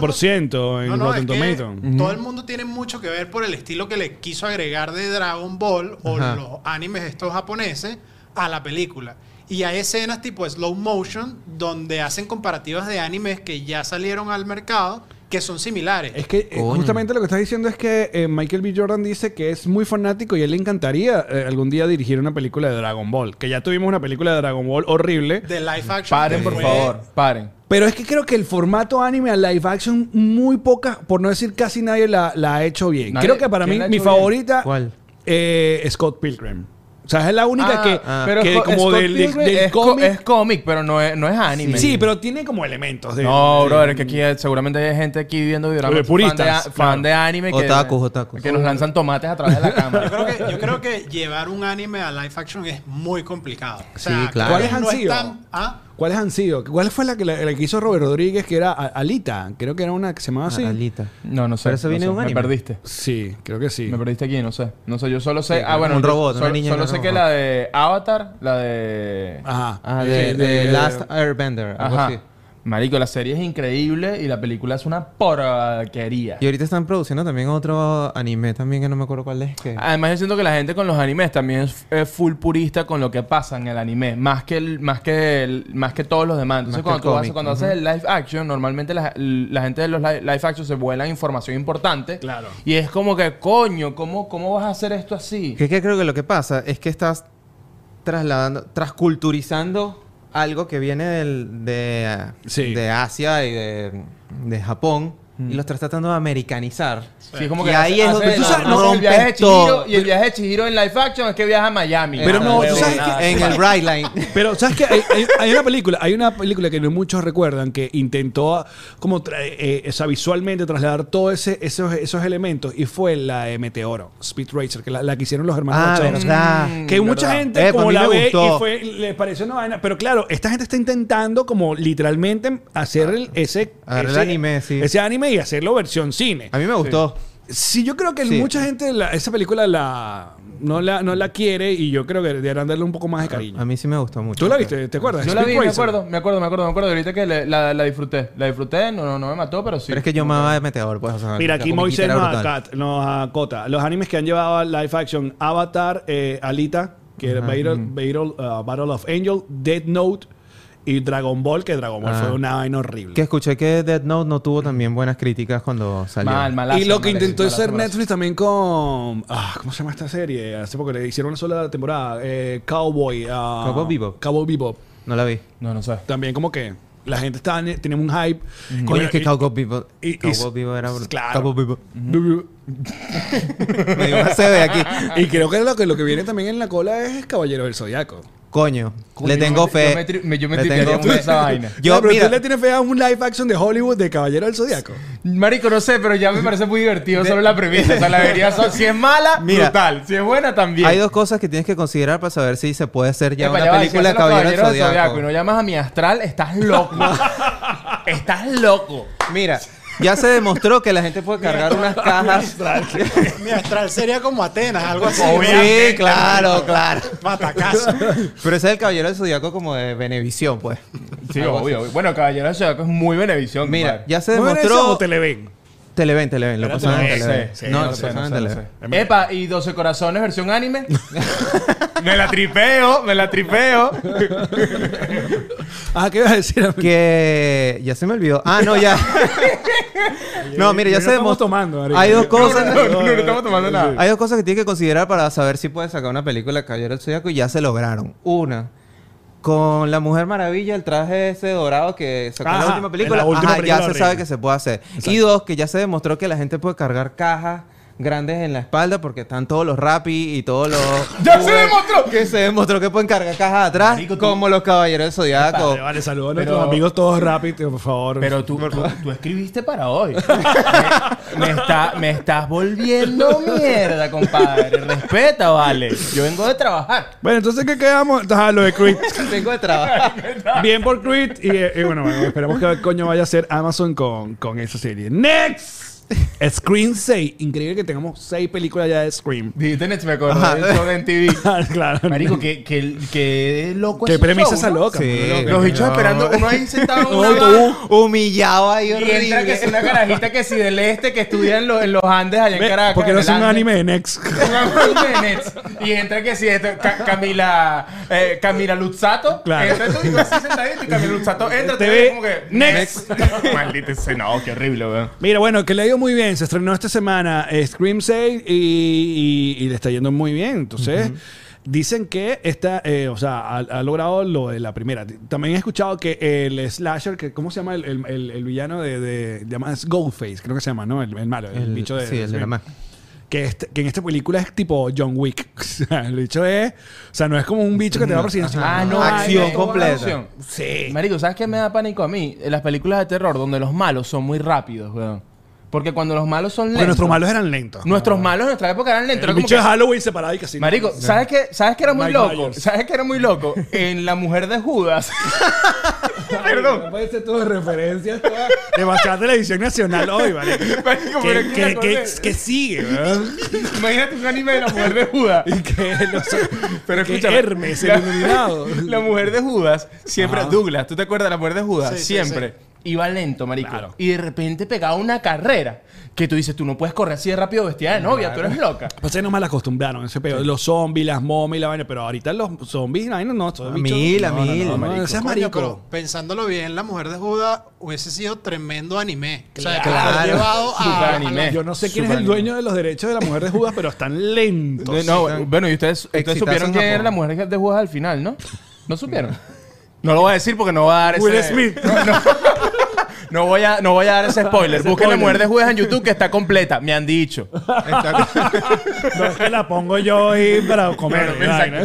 88% en
No, no, es
Rotten
que
Tomatoes.
Mm.
todo el mundo tiene mucho que ver por el estilo que le quiso agregar de Dragon Ball o
Ajá.
los animes estos japoneses a la película. Y hay escenas tipo slow motion donde hacen comparativas de animes que ya salieron al mercado que son similares.
Es que eh,
Coño.
justamente lo que estás diciendo es que eh, Michael B. Jordan dice que es muy fanático y a él le encantaría eh, algún día dirigir una película de Dragon Ball. Que ya tuvimos una película de Dragon Ball horrible.
de live action.
Paren,
que
por
fue-
favor. Paren.
Pero es que creo que el formato anime a live action, muy poca, por no decir casi nadie, la, la ha hecho bien.
Nadie-
creo que para
¿quién
mí,
la ha
mi
hecho bien?
favorita.
¿Cuál?
eh, Scott Pilgrim. O sea, es la
Ah,
única que,
ah.
que
Scott-
como
Scott
del, del-
Pilgrim
del
es co-
cómic.
Es cómic, pero no es, no es anime.
Sí, pero tiene como elementos de.
No,
de-
brother, es que aquí eh, seguramente hay gente aquí viviendo
Oye,
videodramas fan, de,
puristas,
fan
claro.
de anime que,
Otakus, otakus.
que nos lanzan tomates a través de la
Yo
cámara.
creo, que, yo creo que llevar un anime a live action es muy complicado. O sea,
Sí, claro.
¿Cuáles han
no es
sido?
tan- ¿Ah?
¿Cuáles han sido? ¿Cuál fue la que, la, la que hizo Robert Rodríguez, que era A- Alita? Creo que era una que se llamaba así.
Ah, Alita.
[LAUGHS] No, no sé.
Pero eso
no
viene
sé,
de un
Me
anime.
perdiste.
Sí, creo que sí.
Me perdiste aquí, no sé. No sé, yo solo sé.
Sí,
ah,
un
bueno, yo
robot,
solo,
una niña
solo
en
sé
un
que
robot.
la de Avatar, la de.
Ajá.
Ah, de,
Eh,
de
de-
Last Airbender. algo así.
Ajá. Marico, la serie es increíble y la película es una porquería.
Y ahorita están produciendo también otro anime también que no me acuerdo cuál es. Que...
Además, yo siento que la gente con los animes también es, es full purista con lo que pasa en el anime, más que el- más que el- más que todos los demás. Entonces,
Más que
cuando,
el
tú haces,
cómic,
cuando haces el live action, normalmente la, la gente de los li- live action se vuela información importante.
Claro.
Y es como que, coño, ¿cómo, cómo vas a hacer esto así?
Que, que creo que lo que pasa es que estás trasladando, transculturizando algo que viene del- de,
Sí.
de Asia y de, de Japón y lo estás tratando de americanizar.
Sí, es como
Y
que
ahí es donde
hace-
tú
hace-
sabes,
hace el
rompen
viaje de Chihiro,
todo.
y el viaje de Chihiro en live action es que viaja a Miami.
Pero no,
Esa
¿tú sabes
huevonada.
en el Bright [LAUGHS] Line.
Pero, ¿sabes qué? Hay, hay- hay una película, hay una película que no muchos recuerdan que intentó ah, como tra- eh, o sea, visualmente trasladar todos ese, esos, esos elementos y fue la de Meteoro, Speed Racer, que la, la que hicieron los hermanos
ah,
Wachowski.
verdad.
Mm.
Que mucha
verdad.
gente
Eh,
como
pues a
la
mí me
ve y
gustó.
fue, les pareció una vaina. Pero claro, esta gente está intentando como literalmente hacer el- ese,
Agarrar el
ese-
anime, sí.
ese anime y hacerlo versión cine.
A mí me gustó.
Sí, yo creo que
Sí.
mucha gente la- esa película la no, la no la quiere y yo creo que deberán darle un poco más de cariño.
A mí sí me gustó mucho.
¿Tú la viste? ¿Te acuerdas?
Yo la vi, me
Speed Racer.
acuerdo, me acuerdo, me acuerdo, me acuerdo. Ahorita que le- la, la disfruté. La disfruté, no, no, no me mató, pero sí.
Pero es que yo amaba de Meteor, pues. o sea,
Mira,
la
aquí
comiquita
Moisés
era
nos,
brutal.
acat- nos acota. Los animes que han llevado a live action: Avatar, eh, Alita, que era Battle, Battle, uh, Battle of Angel, Dead Note y Dragon Ball, que Dragon Ball
Ah.
fue una vaina horrible.
Que escuché que Dead Note no tuvo también buenas críticas cuando salió.
Mal, malazo,
y lo que
malazo,
intentó
malazo,
hacer
malazo.
Netflix también con. ah, ¿Cómo se llama esta serie? Hace poco le hicieron una sola temporada. eh, Cowboy. ah,
Cowboy Bebop.
Cowboy Bebop.
No la vi.
No, no sé.
También, como que la gente estaba, en- tenía un hype.
Coño, es que
Y-
Cowboy Bebop...
y- y-
Cowboy Bebop era brutal.
Claro.
Cowboy Bebop.
Bebop.
Me dio una sede aquí.
Y creo que lo, que lo que viene también en la cola es Caballero del Zodiaco.
Coño,
Coño,
le
yo
tengo
me-
fe.
yo me tri- me- yo me
Le
tripearía
tengo
con
fe.
esa vaina.
Yo,
No, pero
mira,
tú le tienes fe a un live action de Hollywood de Caballero del Zodiaco.
[LAUGHS] Marico, no sé, pero ya me parece muy divertido solo la premisa. O sea, la vería so- si es mala,
Mira.
brutal. Si es buena, también.
[LAUGHS] hay dos cosas que tienes que considerar para saber si se puede hacer ya
Epa,
una
ya va,
película
si haces
de
los
Caballero del
Caballeros del
Zodiaco.
Zodiaco y no llamas a mi astral, estás
[LAUGHS]
loco. estás loco.
Mira, ya se demostró que la gente puede cargar
[LAUGHS]
unas cajas.
Mi astral sería como Atenas, algo así.
sí, claro, claro.
Matacazo.
Pero ese es el Caballero del Zodiaco como de Benevisión, pues.
Sí, obvio, obvio. Bueno, Caballero del Zodiaco es muy Benevisión.
Mira,
compadre.
ya se
¿No era eso
demostró.
o Televen?
Televen, Televen, lo
Era
pasaron en
Televen,
Televen.
sí,
sí,
No,
no
lo
sé,
pasaron en
No
Televen.
sé. Epa, y 12 corazones versión
[LAUGHS]
anime. me la tripeo, me la tripeo.
Ah, ¿qué ibas a decir? amigo?
Que ya se me olvidó. Ah, no, ya. no, mira, ya
Yo no
se
estamos
demostró.
tomando, marico.
Hay dos
No,
No,
cosas.
no, no, no, no estamos tomando nada.
Hay dos cosas que tienes que considerar para saber si puedes sacar una película de Caballero del Zodiaco y ya se lograron. Una, con la Mujer Maravilla, el traje ese dorado que sacó en
Ajá,
la última película,
en la última
ajá,
película
ya se
horrible.
sabe que se puede hacer. Y dos, que ya se demostró que la gente puede cargar cajas grandes en la espalda porque están todos los Rappi y todos los
¡Ya se demostró!
que se demostró que pueden cargar cajas atrás
Marico, tú-
como los caballeros del zodiaco
Vale, vale, saludos a nuestros
Pero-
amigos todos rápido, por favor.
Pero tú, tú, tú escribiste para hoy. [LAUGHS] Me, me está- me estás volviendo mierda, compadre. Respeta, vale. Yo vengo de trabajar.
bueno, entonces, ¿qué quedamos? Ajá, lo de
[LAUGHS]
Creed.
tengo de trabajo
Bien por Creed. Y, eh, y bueno, bueno, esperemos que coño vaya a ser Amazon con, con esa serie. ¡Next! Scream 6. Increíble que tengamos 6 películas ya de Scream. [LAUGHS]
Dijiste Nets, me acordé del show de MTV.
Ah, claro.
Marico, que, que, que loco
¿Qué
es un
premisa
show,
esa
¿no?
loca?
Sí.
muy loca.
Los bichos
No.
esperando, uno ahí sentado en
Un
una
autobús.
van,
humillado ahí
Y entra que es
horrible
una carajita que si del este que estudia en, los- en los Andes allá en
Ve,
Caracas.
Porque
en
no
el
es un
Andes.
anime de Next.
Un anime de Nets. Y entra que si esto, Ca- Camila, eh, Camila Luzzato.
Claro.
Entra tú y tú así sentadito y Camila Luzzato entra, te
Te
ve
ve,
como que.
next. [LAUGHS]
Maldito ese, no, qué horrible, weón.
Mira, bueno, que le ha ido muy bien. Se estrenó esta semana eh, Scream 6 y, y- y le está yendo muy bien. Entonces, dicen que esta, eh, o sea, ha, ha logrado lo de la primera. También he escuchado que el slasher, que ¿cómo se llama el, el- el- el villano de, de, llama- es Goldface? Creo que se llama, ¿no? El, el malo, el, bicho de...
sí, el de la
Scream.
máscara.
que, este- que en esta película es tipo John Wick. [LAUGHS] O sea, el bicho es... O sea, no es como un bicho que te va a perseguir. sino-
Ah, no,
Acción
ay, no,
completa.
acción.
Sí.
Marico, ¿sabes qué me da pánico a mí? Las películas de terror donde los malos son muy rápidos, weón. Porque cuando los malos son lentos.
Porque nuestros malos eran
[LAUGHS]
lentos.
Nuestros malos en nuestra época eran lentos.
el
era como
bicho
que-
de Halloween se paraba y casi...
Marico, ¿sabes qué, ¿sabes qué era muy
Mike
loco?
Myers.
¿Sabes qué era muy loco?
[LAUGHS]
En La Mujer de Judas. [LAUGHS] [LAUGHS] Perdón.
Me parece todo
[LAUGHS]
de referencias. toda- Demasiada televisión nacional hoy, ¿vale?
Marico, pero
¿Qué,
aquí
qué-
la
qué-
acordé.
qué sigue, weón?
Imagínate un anime de la mujer de [LAUGHS] Judas.
Y que no sé,
Pero
que
escúchame.
Hermes, el
la-
iluminado.
[LAUGHS] La mujer de Judas, siempre.
Ajá.
Douglas, ¿tú te acuerdas de la mujer de Judas?
Sí, sí,
siempre. Iba lento, marico.
Claro.
Y de repente pegaba una carrera. Que tú dices, tú no puedes correr así de rápido vestida de novia, tú eres loca.
Pasa que no mal acostumbraron ese pedo. Los zombies, las momias y la vaina. Pero ahorita los zombies, la vaina no. Son
A
bichos-
mil, a
no, no, no,
mil,
no,
marico.
seas
Coño,
marico.
pero pensándolo bien, La Mujer de Judas hubiese sido tremendo anime. O sea,
Claro.
haber llevado
Super
a...
anime.
Yo no sé quién es
Super
el dueño de los derechos de la mujer de Judas, pero
[LAUGHS]
están lentos.
No, bueno, y ustedes, ustedes
Exitazo
supieron
en
quién
Japón.
era la mujer de Judas al final, ¿no? ¿No supieron? No lo voy a decir porque no voy a dar ese...
Will Smith.
No, no. [LAUGHS] No voy, a, no voy a dar ese spoiler. Busquen la mujer de Judas en YouTube que está completa, me han dicho.
No es que la pongo yo ahí para comer.
Pero,
vaina.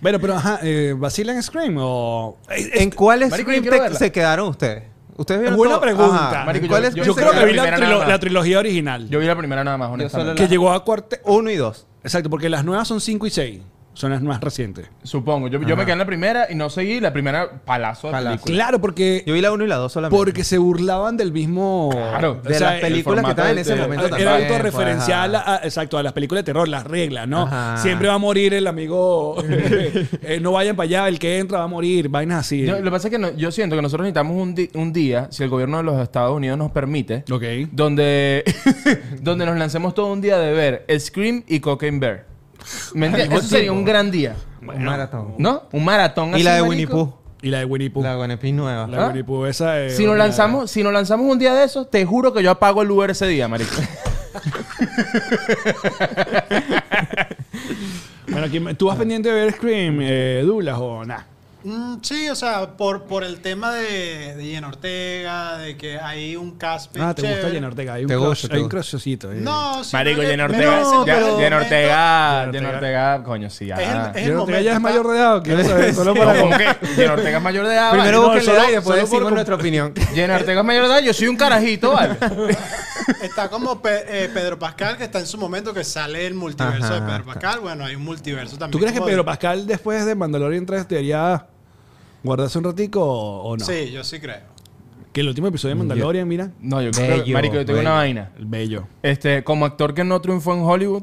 bueno, pero ajá, eh, ¿vacilan Scream o...? Eh,
¿En cuáles
Marico, yo
Scream
quiero
te-
verla.
se quedaron ustedes? ¿Ustedes vieron
Buena
todo?
pregunta.
Ajá.
Marico,
¿En cuáles
yo-
Yo
Sí,
creo
la
que vi la,
primera
trilo-
nada más.
la trilogía original.
Yo vi la primera nada más,
Yo solo
honestamente.
que llegó a cuarto.
Uno y dos.
Exacto, porque las nuevas son 5 y 6. son las más recientes.
Supongo. Yo, yo me quedé en la primera y no seguí la primera palazo de
Palazo.
película.
Claro, porque,
Yo vi la 1 y la 2 solamente.
porque se burlaban del mismo...
Claro.
de
O sea,
las películas que
formato
estaban en
de-
ese
de-
momento
Era
también. pues,
autorreferencial
ajá.
a, exacto, a las películas de terror, las reglas, ¿no?
Ajá.
Siempre va a morir el amigo. [LAUGHS] eh, no vayan para allá, el que entra va a morir, vainas así.
Yo- lo que pasa es que no- yo siento que nosotros necesitamos un, di- un día, si el gobierno de los Estados Unidos nos permite,
ok.
donde, [LAUGHS] donde nos lancemos todo un día de ver Scream y Cocaine Bear. ¿Me entiendes? Eso sería un gran día.
Un maratón.
¿no? Un maratón
Y la de
marico.
Winnie Pooh.
Y la de Winnie Pooh.
La
La,
de Winnie Pooh nueva.
¿Ah?
de Winnie Pooh, esa es.
Si nos lanzamos, si nos lanzamos un día de esos, te juro que yo apago el Uber ese día, marico.
Bueno, ¿quién- ¿tú vas pendiente de ver Scream, eh, Douglas o nada?
Mm, sí, o sea, por, por el tema de, de Jen Ortega, de que hay un caspe.
Ah, te gusta Jenna Ortega. Hay un
Te
crush-
gusta, te
hay un
gusta.
crushcito, eh.
No, sí,
Marico,
me-
Jenna
me
Ortega.
parece que
ya-
en algún
Jenna
momento-
Ortega.
Jenna
Jenna
Ortega.
Ortega, coño, sí, ah.
Es el,
ya.
es el
Jenna Ortega
momento.
ya es mayor de edad, quiero
[LAUGHS]
saber, solo
No,
para.
¿cómo que? Jenna Ortega es mayor de edad. vale.
Primero
no,
busca
solo-
la y después
solo
decimos
por-
nuestra opinión.
Jenna Ortega es mayor de edad, yo soy un carajito,
[LAUGHS]
¿vale?
Está como Pe- eh, Pedro Pascal, que está en su momento que sale el multiverso
Ajá,
de Pedro
está.
Pascal. Bueno, hay un multiverso también.
¿Tú crees que
como de-
Pedro Pascal después de Mandalorian 3 debería guardarse un ratico o o no?
Sí, yo sí creo.
Que el último episodio de Mandalorian, mira,
No, yo creo que,
Bello,
Marico, yo tengo
bello.
una vaina.
el bello.
Este, como actor que no triunfó en
[LAUGHS]
Hollywood.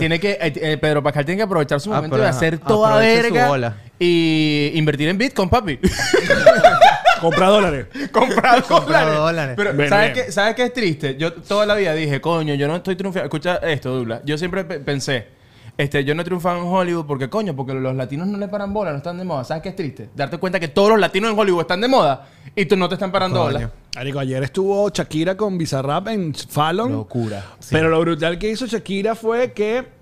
tiene que eh, eh, Pedro Pascal tiene que aprovechar su
Ah,
momento
pero
de
ajá,
hacer toda
aproveche su
verga
bola.
y invertir en Bitcoin, papi.
Compra dólares.
[LAUGHS] Comprar dólares.
dólares.
Pero,
Ven,
¿sabes
ven.
qué, ¿sabes qué es triste? Yo toda la vida dije, coño, yo no estoy triunfando. Escucha esto, Dula. Yo siempre pe- pensé, este, yo no he triunfado en Hollywood porque, coño, porque los latinos no le paran bola, no están de moda. ¿Sabes qué es triste? Darte cuenta que todos los latinos en Hollywood están de moda y tú no te están parando
Coño.
bola.
Marico, ayer estuvo Shakira con Bizarrap en Fallon.
Locura.
Pero lo brutal que hizo Shakira fue que.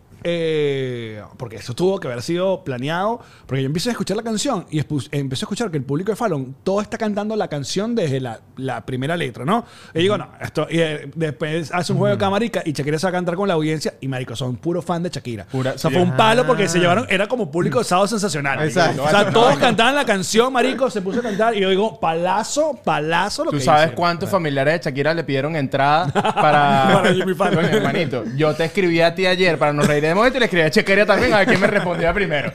eh, porque eso tuvo que haber sido planeado. Porque yo empecé a escuchar la canción y expu- empecé a escuchar que el público de Fallon todo está cantando la canción desde la, la primera letra, ¿no? Y digo, no, esto. Y eh, después hace un juego de camarica y Shakira se va a cantar con la audiencia. Y marico, son puro fan de Shakira.
Pura-
o sea,
sí, Ah.
fue un
ajá.
palo porque se llevaron. Era como público de sábado sensacional.
Exacto.
O sea, todos cantaban la canción, marico, se puso a cantar. Y yo digo, palazo, palazo lo
¿Tú
que
sabes
hicieron.
cuántos familiares de Shakira le pidieron
[LAUGHS]
entrada para,
Para Jimmy Fallon.
Coño, hermanito, yo te escribí a ti ayer para nos reír de momento y le escribí a Shakira también a ver quién me respondía primero.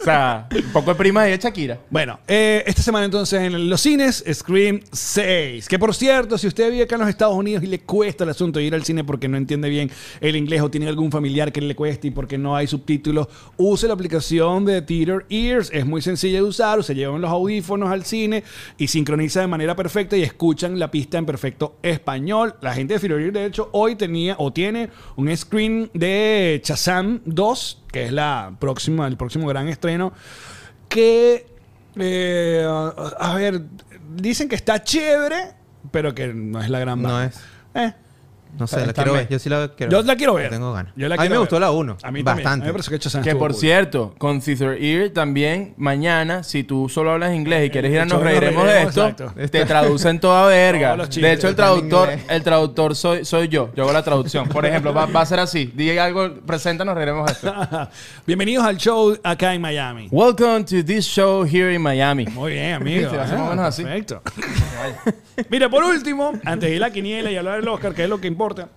O sea, un poco de prima de Shakira.
Bueno, eh, esta semana entonces en los cines, Scream 6. Que por cierto, si usted vive acá en los Estados Unidos y le cuesta el asunto de ir al cine porque no entiende bien el inglés o tiene algún familiar que le cueste y porque no hay subtítulos, use la aplicación de Theater Ears. Es muy sencilla de usar. Se llevan los audífonos al cine y sincroniza de manera perfecta y escuchan la pista en perfecto español. La gente de Theater Ears, de hecho, hoy tenía o tiene un screen de Shazam 2, que es la próxima, el próximo gran estreno que, eh, a, a ver, dicen que está chévere, pero que no es la gran
No
vaina.
es.
Eh,
No sé,
Está-
la
está
quiero
me-
ver. Yo sí la quiero
yo
ver.
la quiero ver.
Tengo ganas.
Yo la
a mí
quiero
me
ver.
gustó la 1.
A mí también.
Bastante.
A mí me pareció que [LAUGHS] Shazam
Que
estuvo
por
cool.
cierto, con Theater Ear también mañana, si tú solo hablas inglés y quieres ir a
Nosotros
Nos
nos
Reiremos de
reiremos,
esto,
exacto.
te traducen
[LAUGHS]
toda
Todos
verga.
los chistes
De hecho, el
están en
traductor,
inglés.
el traductor soy, soy yo. Yo hago la traducción.
[LAUGHS]
Por ejemplo, va, va a ser así. Dije algo, presenta, nos reiremos de esto.
[LAUGHS] Bienvenidos al show acá en Miami.
Welcome to this show here in Miami.
Muy
[LAUGHS]
bien, amigo.
Viste, más o menos así.
¿eh? perfecto. [LAUGHS] Mira, por último, antes de ir a la quiniela y hablar del Oscar, que es lo que importa.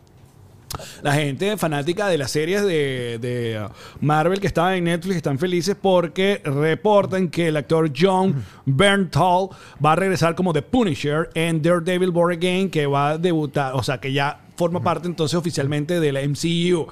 La gente fanática de las series de, de, uh, Marvel que estaban en Netflix están felices porque reportan que el actor John Bernthal va a regresar como The Punisher en Daredevil Born Again que va a debutar, o sea que ya forma parte entonces oficialmente de la MCU.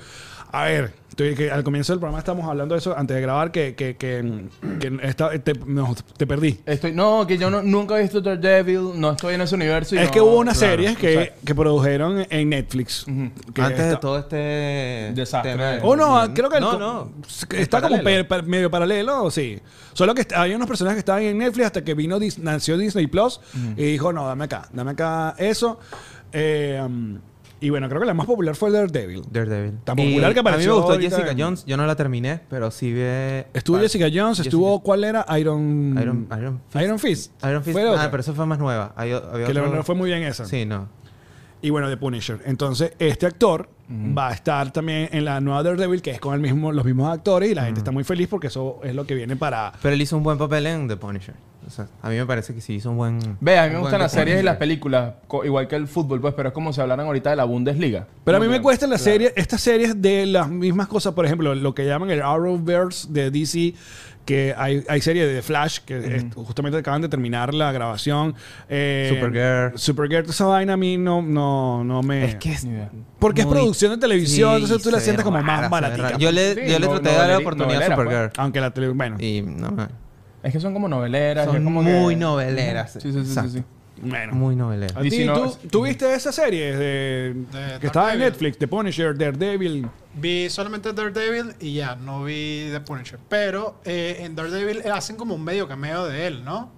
A ver, estoy- que al comienzo del programa estamos hablando de eso antes de grabar que, que, que- que esta- te, no, te perdí.
Estoy, no, que yo no, nunca he visto Daredevil, no estoy en ese universo. y
es
no-
que hubo unas
claro,
series que,
o sea,
que produjeron en Netflix. que
Antes de
está-
todo este
Desastre.
tema-
Oh, no, ah, creo que el
no,
co-
no.
está como
Paralelo.
per- per- medio paralelo, sí. Solo que est- hay unos personajes que estaban en Netflix hasta que vino Dis- nació Disney Plus y dijo, no, dame acá, dame acá eso. Eh, um, y bueno, creo que la más popular fue Daredevil.
Daredevil.
Tan popular
Y
que
A mí me
apareció
gustó
ahorita
Jessica
en-
Jones. Yo no la terminé, pero sí vi.
Estuvo
par-
Jessica Jones, estuvo, ¿cuál era? Iron...
Iron- Iron Fist.
Iron Fist.
Iron Fist.
Fue otra.
Ah, pero esa fue más nueva. Hay o- había
que la
otro-
verdad fue muy bien esa.
Sí, no.
Y bueno, The Punisher. Entonces, este actor va a estar también en la nueva Daredevil, que es con el mismo, los mismos actores y la gente está muy feliz porque eso es lo que viene para...
Pero él hizo un buen papel en The Punisher. O sea, a mí me parece que sí hizo un buen.
Vean, me
un
gustan
buen
las
The
series y las
Punisher.
películas, co- igual que el fútbol, pues, pero es como si hablaran ahorita de la Bundesliga.
Pero a mí me cuestan las series, estas series de las mismas cosas, por ejemplo, lo que llaman el Arrowverse de DC, que hay, hay series de Flash, que es- justamente acaban de terminar la grabación. Eh,
Supergirl.
Supergirl, esa vaina a mí no, no, no me...
Es que es.
Ni idea.
porque es
muy-
producción de televisión,
Sí,
entonces tú la
se
sientes
ve
como
rara,
más
se ve
baratica.
rara. Yo le,
Sí,
yo le
no-
traté de dar la
novelera-
oportunidad a
novelera,
pues.
Supergirl.
Aunque la televisión... Bueno,
Y no,
Es que son como noveleras.
son
es como
muy
que-
noveleras.
Sí, sí, sí, sí,
Exacto.
sí.
bueno.
Muy noveleras.
A ti,
Y si no-
¿tú, tú viste esa serie de, que
Daredevil.
estaba en Netflix, The Punisher, Daredevil?
Vi solamente Daredevil y ya, no vi The Punisher. Pero eh, en Daredevil hacen como un medio cameo de él, ¿no?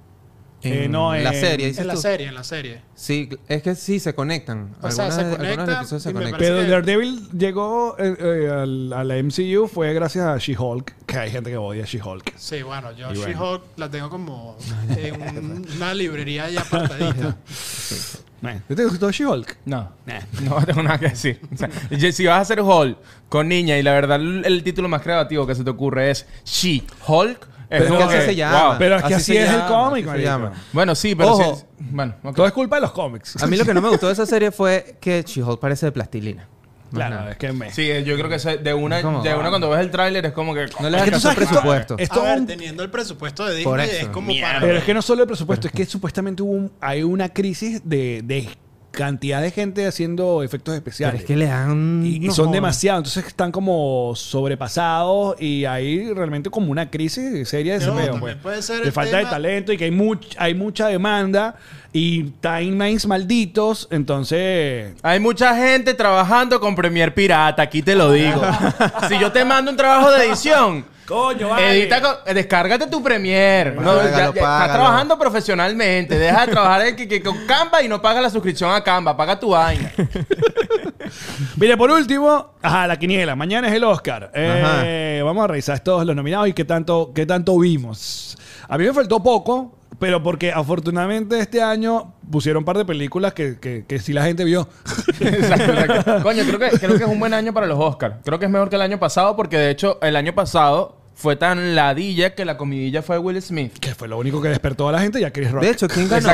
Eh, no,
la
en-
serie, dices
En la
tú.
serie, en la serie.
Sí, es que sí se conectan.
O sea,
Algunas-
se
algunos
conectan
episodios se
y me
conectan.
parece
Pero
que-
Daredevil llegó eh, eh, al- a la MCU fue gracias a She-Hulk, que hay gente que odia a She-Hulk.
Sí, bueno, yo
Y bueno.
She-Hulk la
[LAUGHS]
tengo como en un- una librería ya apartadita. Eh.
Man, ¿Te gustó She-Hulk?
No, no tengo nada que decir. O sea, yo- si vas a hacer Hulk con niña y la verdad el, el título más creativo que se te ocurre es She Hulk. es
Pero es que
como
así se llama.
wow.
Pero es que así
se
es el
llama,
cómic,
así se
marico.
llama.
Bueno, sí, pero
Ojo.
sí- bueno, ok.
Todo es culpa de los cómics.
Ah,
A mí lo que no me gustó de esa serie fue que She-Hulk parece de plastilina. Más
Claro,
nada.
es que me...
Sí, eh, yo creo que eso- de una,
Es como,
de una
wow.
cuando ves el tráiler es como que
No le
Es que tú
alcanzó
sabes que esto-
presupuesto.
esto
A
es
ver,
un-
teniendo el presupuesto de
Por
Disney,
eso.
es como
Pero
para...
es que no solo el presupuesto, es que supuestamente hubo un- hay una crisis de, de cantidad de gente haciendo efectos
Pero
especiales.
es que le dan...
y, y
Mm, no
son
jodas.
demasiados, entonces están como sobrepasados y hay realmente como una crisis seria de ese
No,
pedo,
también
pues.
puede ser
de
el
falta de
tema-
talento y que hay much- hay mucha demanda y timelines malditos, entonces
Hay mucha gente trabajando con Premiere Pirata, aquí te lo
[LAUGHS]
digo. si yo te mando un trabajo de edición,
coño,
edita con- descárgate tu Premiere. No,
Págalo,
ya- ya estás
págalo.
trabajando profesionalmente. Deja de trabajar el que, que con Canva y no paga la suscripción a Canva, paga tu vaina.
Mire, por último, ajá, la quiniela. Mañana es el Oscar. Eh, vamos a revisar todos los nominados y qué tanto, qué tanto vimos. A mí me faltó poco, pero porque afortunadamente este año pusieron un par de películas que, que, que sí la gente vio.
Exacto, exacto. Coño, creo que, creo que es un buen año para los Oscars. Creo que es mejor que el año pasado porque de hecho el año pasado fue tan ladilla que la comidilla fue Will Smith.
que fue lo único que despertó a la gente y a Chris Rock.
De hecho, ¿quién ganó?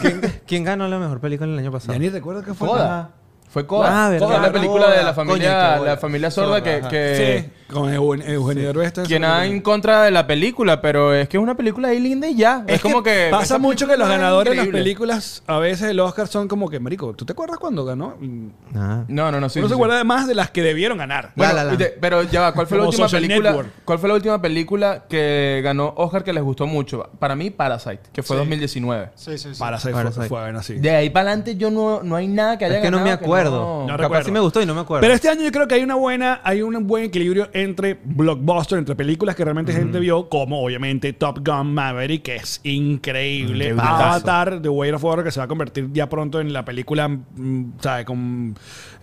¿Quién, quién ganó la mejor película el año pasado?
ya ni recuerdo qué fue.
Coda. Fue Coda.
Ah, verdad.
Coda, la película de la
Coda.
familia,
Coño, qué
la
bola.
familia sorda que,
Sorda,
que-
Sí, con Eugen- Eugenio Derbez. está en
que
esa
nada
película.
en contra de la película, pero es que es una película ahí linda y ya. Es, como que.
pasa
esa
mucho que los
película es
ganadores de las
increíble.
películas a veces el Oscar son como que marico tú te acuerdas cuando ganó no
Nada.
No, no, no. Sí,
se
sí, sí.
acuerda más de las que debieron ganar
Bueno,
La La
y te- pero ya va, ¿cuál fue la
Como
última
Social
película?
Network.
¿Cuál fue la última película que ganó Oscar que les gustó mucho? Para mí, Parasite, que fue
Sí.
2019.
Sí, sí, sí.
para ser
Parasite.
fue bueno así
De ahí para adelante yo no, no hay nada que haya
Es que no me
ganado no-
acuerdo.
No
Capaz
recuerdo.
sí me gustó y no me acuerdo.
Pero este año yo creo que hay una buena, hay un buen equilibrio entre blockbuster, entre películas que realmente gente vio, como obviamente Top Gun Maverick, que es increíble. Avatar, The Way of Water, que se va a convertir ya pronto en la película, mm, ¿sabes? Con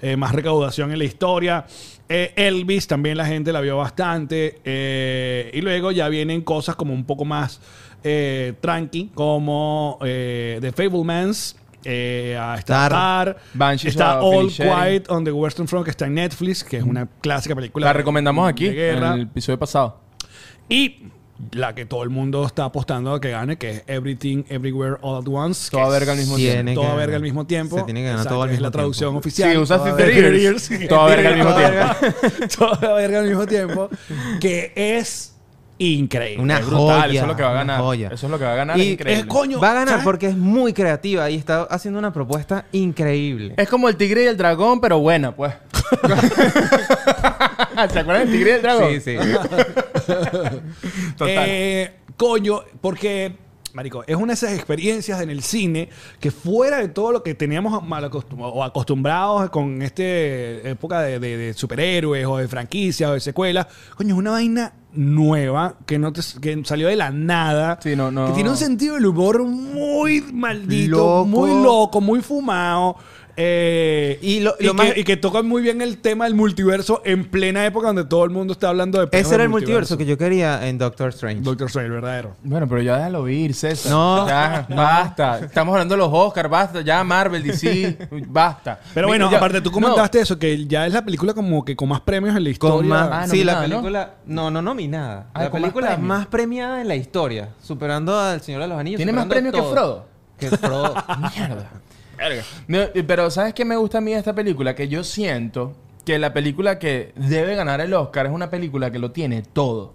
eh, más recaudación en la historia. Eh, Elvis también la gente la vio bastante. Eh, y luego ya vienen cosas como un poco más eh, tranqui, como eh, The Fablemans. Eh, a
Tar.
estar
Banshees
está
of
All
Inisherin.
Quiet on the Western Front, que está en Netflix, que es una clásica película.
La recomendamos aquí,
de guerra.
en el episodio pasado.
Y la que todo el mundo está apostando a que gane, que es Everything, Everywhere, All at Once.
Toda
que
verga al
es
mismo
tiene
tiempo.
que
Toda
ganar.
verga al mismo tiempo.
Se tiene que ganar
Exacto,
todo al
es
mismo
la traducción
tiempo.
oficial.
Sí, usas
Toda
Fifty
verga-
Years. Toda verga al mismo
Toda
tiempo.
verga- Toda verga al mismo tiempo. Que es increíble.
Una
Es brutal,
joya,
eso es lo que va a
una
ganar.
joya.
Eso es lo que va a ganar.
Y
es
Es
increíble.
coño.
Va a ganar
¿sabes?
porque es muy creativa y está haciendo una propuesta increíble.
Es como el tigre y el dragón, pero buena,
[LAUGHS]
pues. [LAUGHS] ¿Se acuerdan del tigre y el dragón?
Sí, sí.
[LAUGHS] Total.
Eh, coño, porque, marico, es una de esas experiencias en el cine que fuera de todo lo que teníamos mal acostum- o acostumbrados este con esta época de, de- de superhéroes o de franquicias o de secuelas, coño, es una vaina nueva que no te, que salió de la nada
Sí, no, no.
que tiene un sentido del humor muy maldito
Loco.
muy loco muy fumado eh,
Y lo- lo
que,
más-
y que toca muy bien el tema del multiverso en plena época donde todo el mundo está hablando de pedos
Ese era
del
el multiverso que yo quería en Doctor Strange.
Doctor Strange verdadero
Bueno, pero ya déjalo ir, César.
No.
Ya, basta. Estamos hablando de los Oscars, basta. Ya Marvel,
[LAUGHS]
DC, basta.
pero
Mira,
bueno
ya-
aparte tú
No.
comentaste eso que ya es la película como que con más premios en la
Con
historia
más-
Ah,
sí, la
nominada, ¿no?
película. No, no nominada.
Ah,
la
con más
película
premios.
más, premiada en la historia. Superando al Señor de los Anillos.
¿Tiene más
superando
premio que Frodo?
Que Frodo.
[LAUGHS] Mierda. No, eh, pero ¿sabes qué me gusta a mí de esta película? Que yo siento que la película que debe ganar el Oscar es una película que lo tiene todo.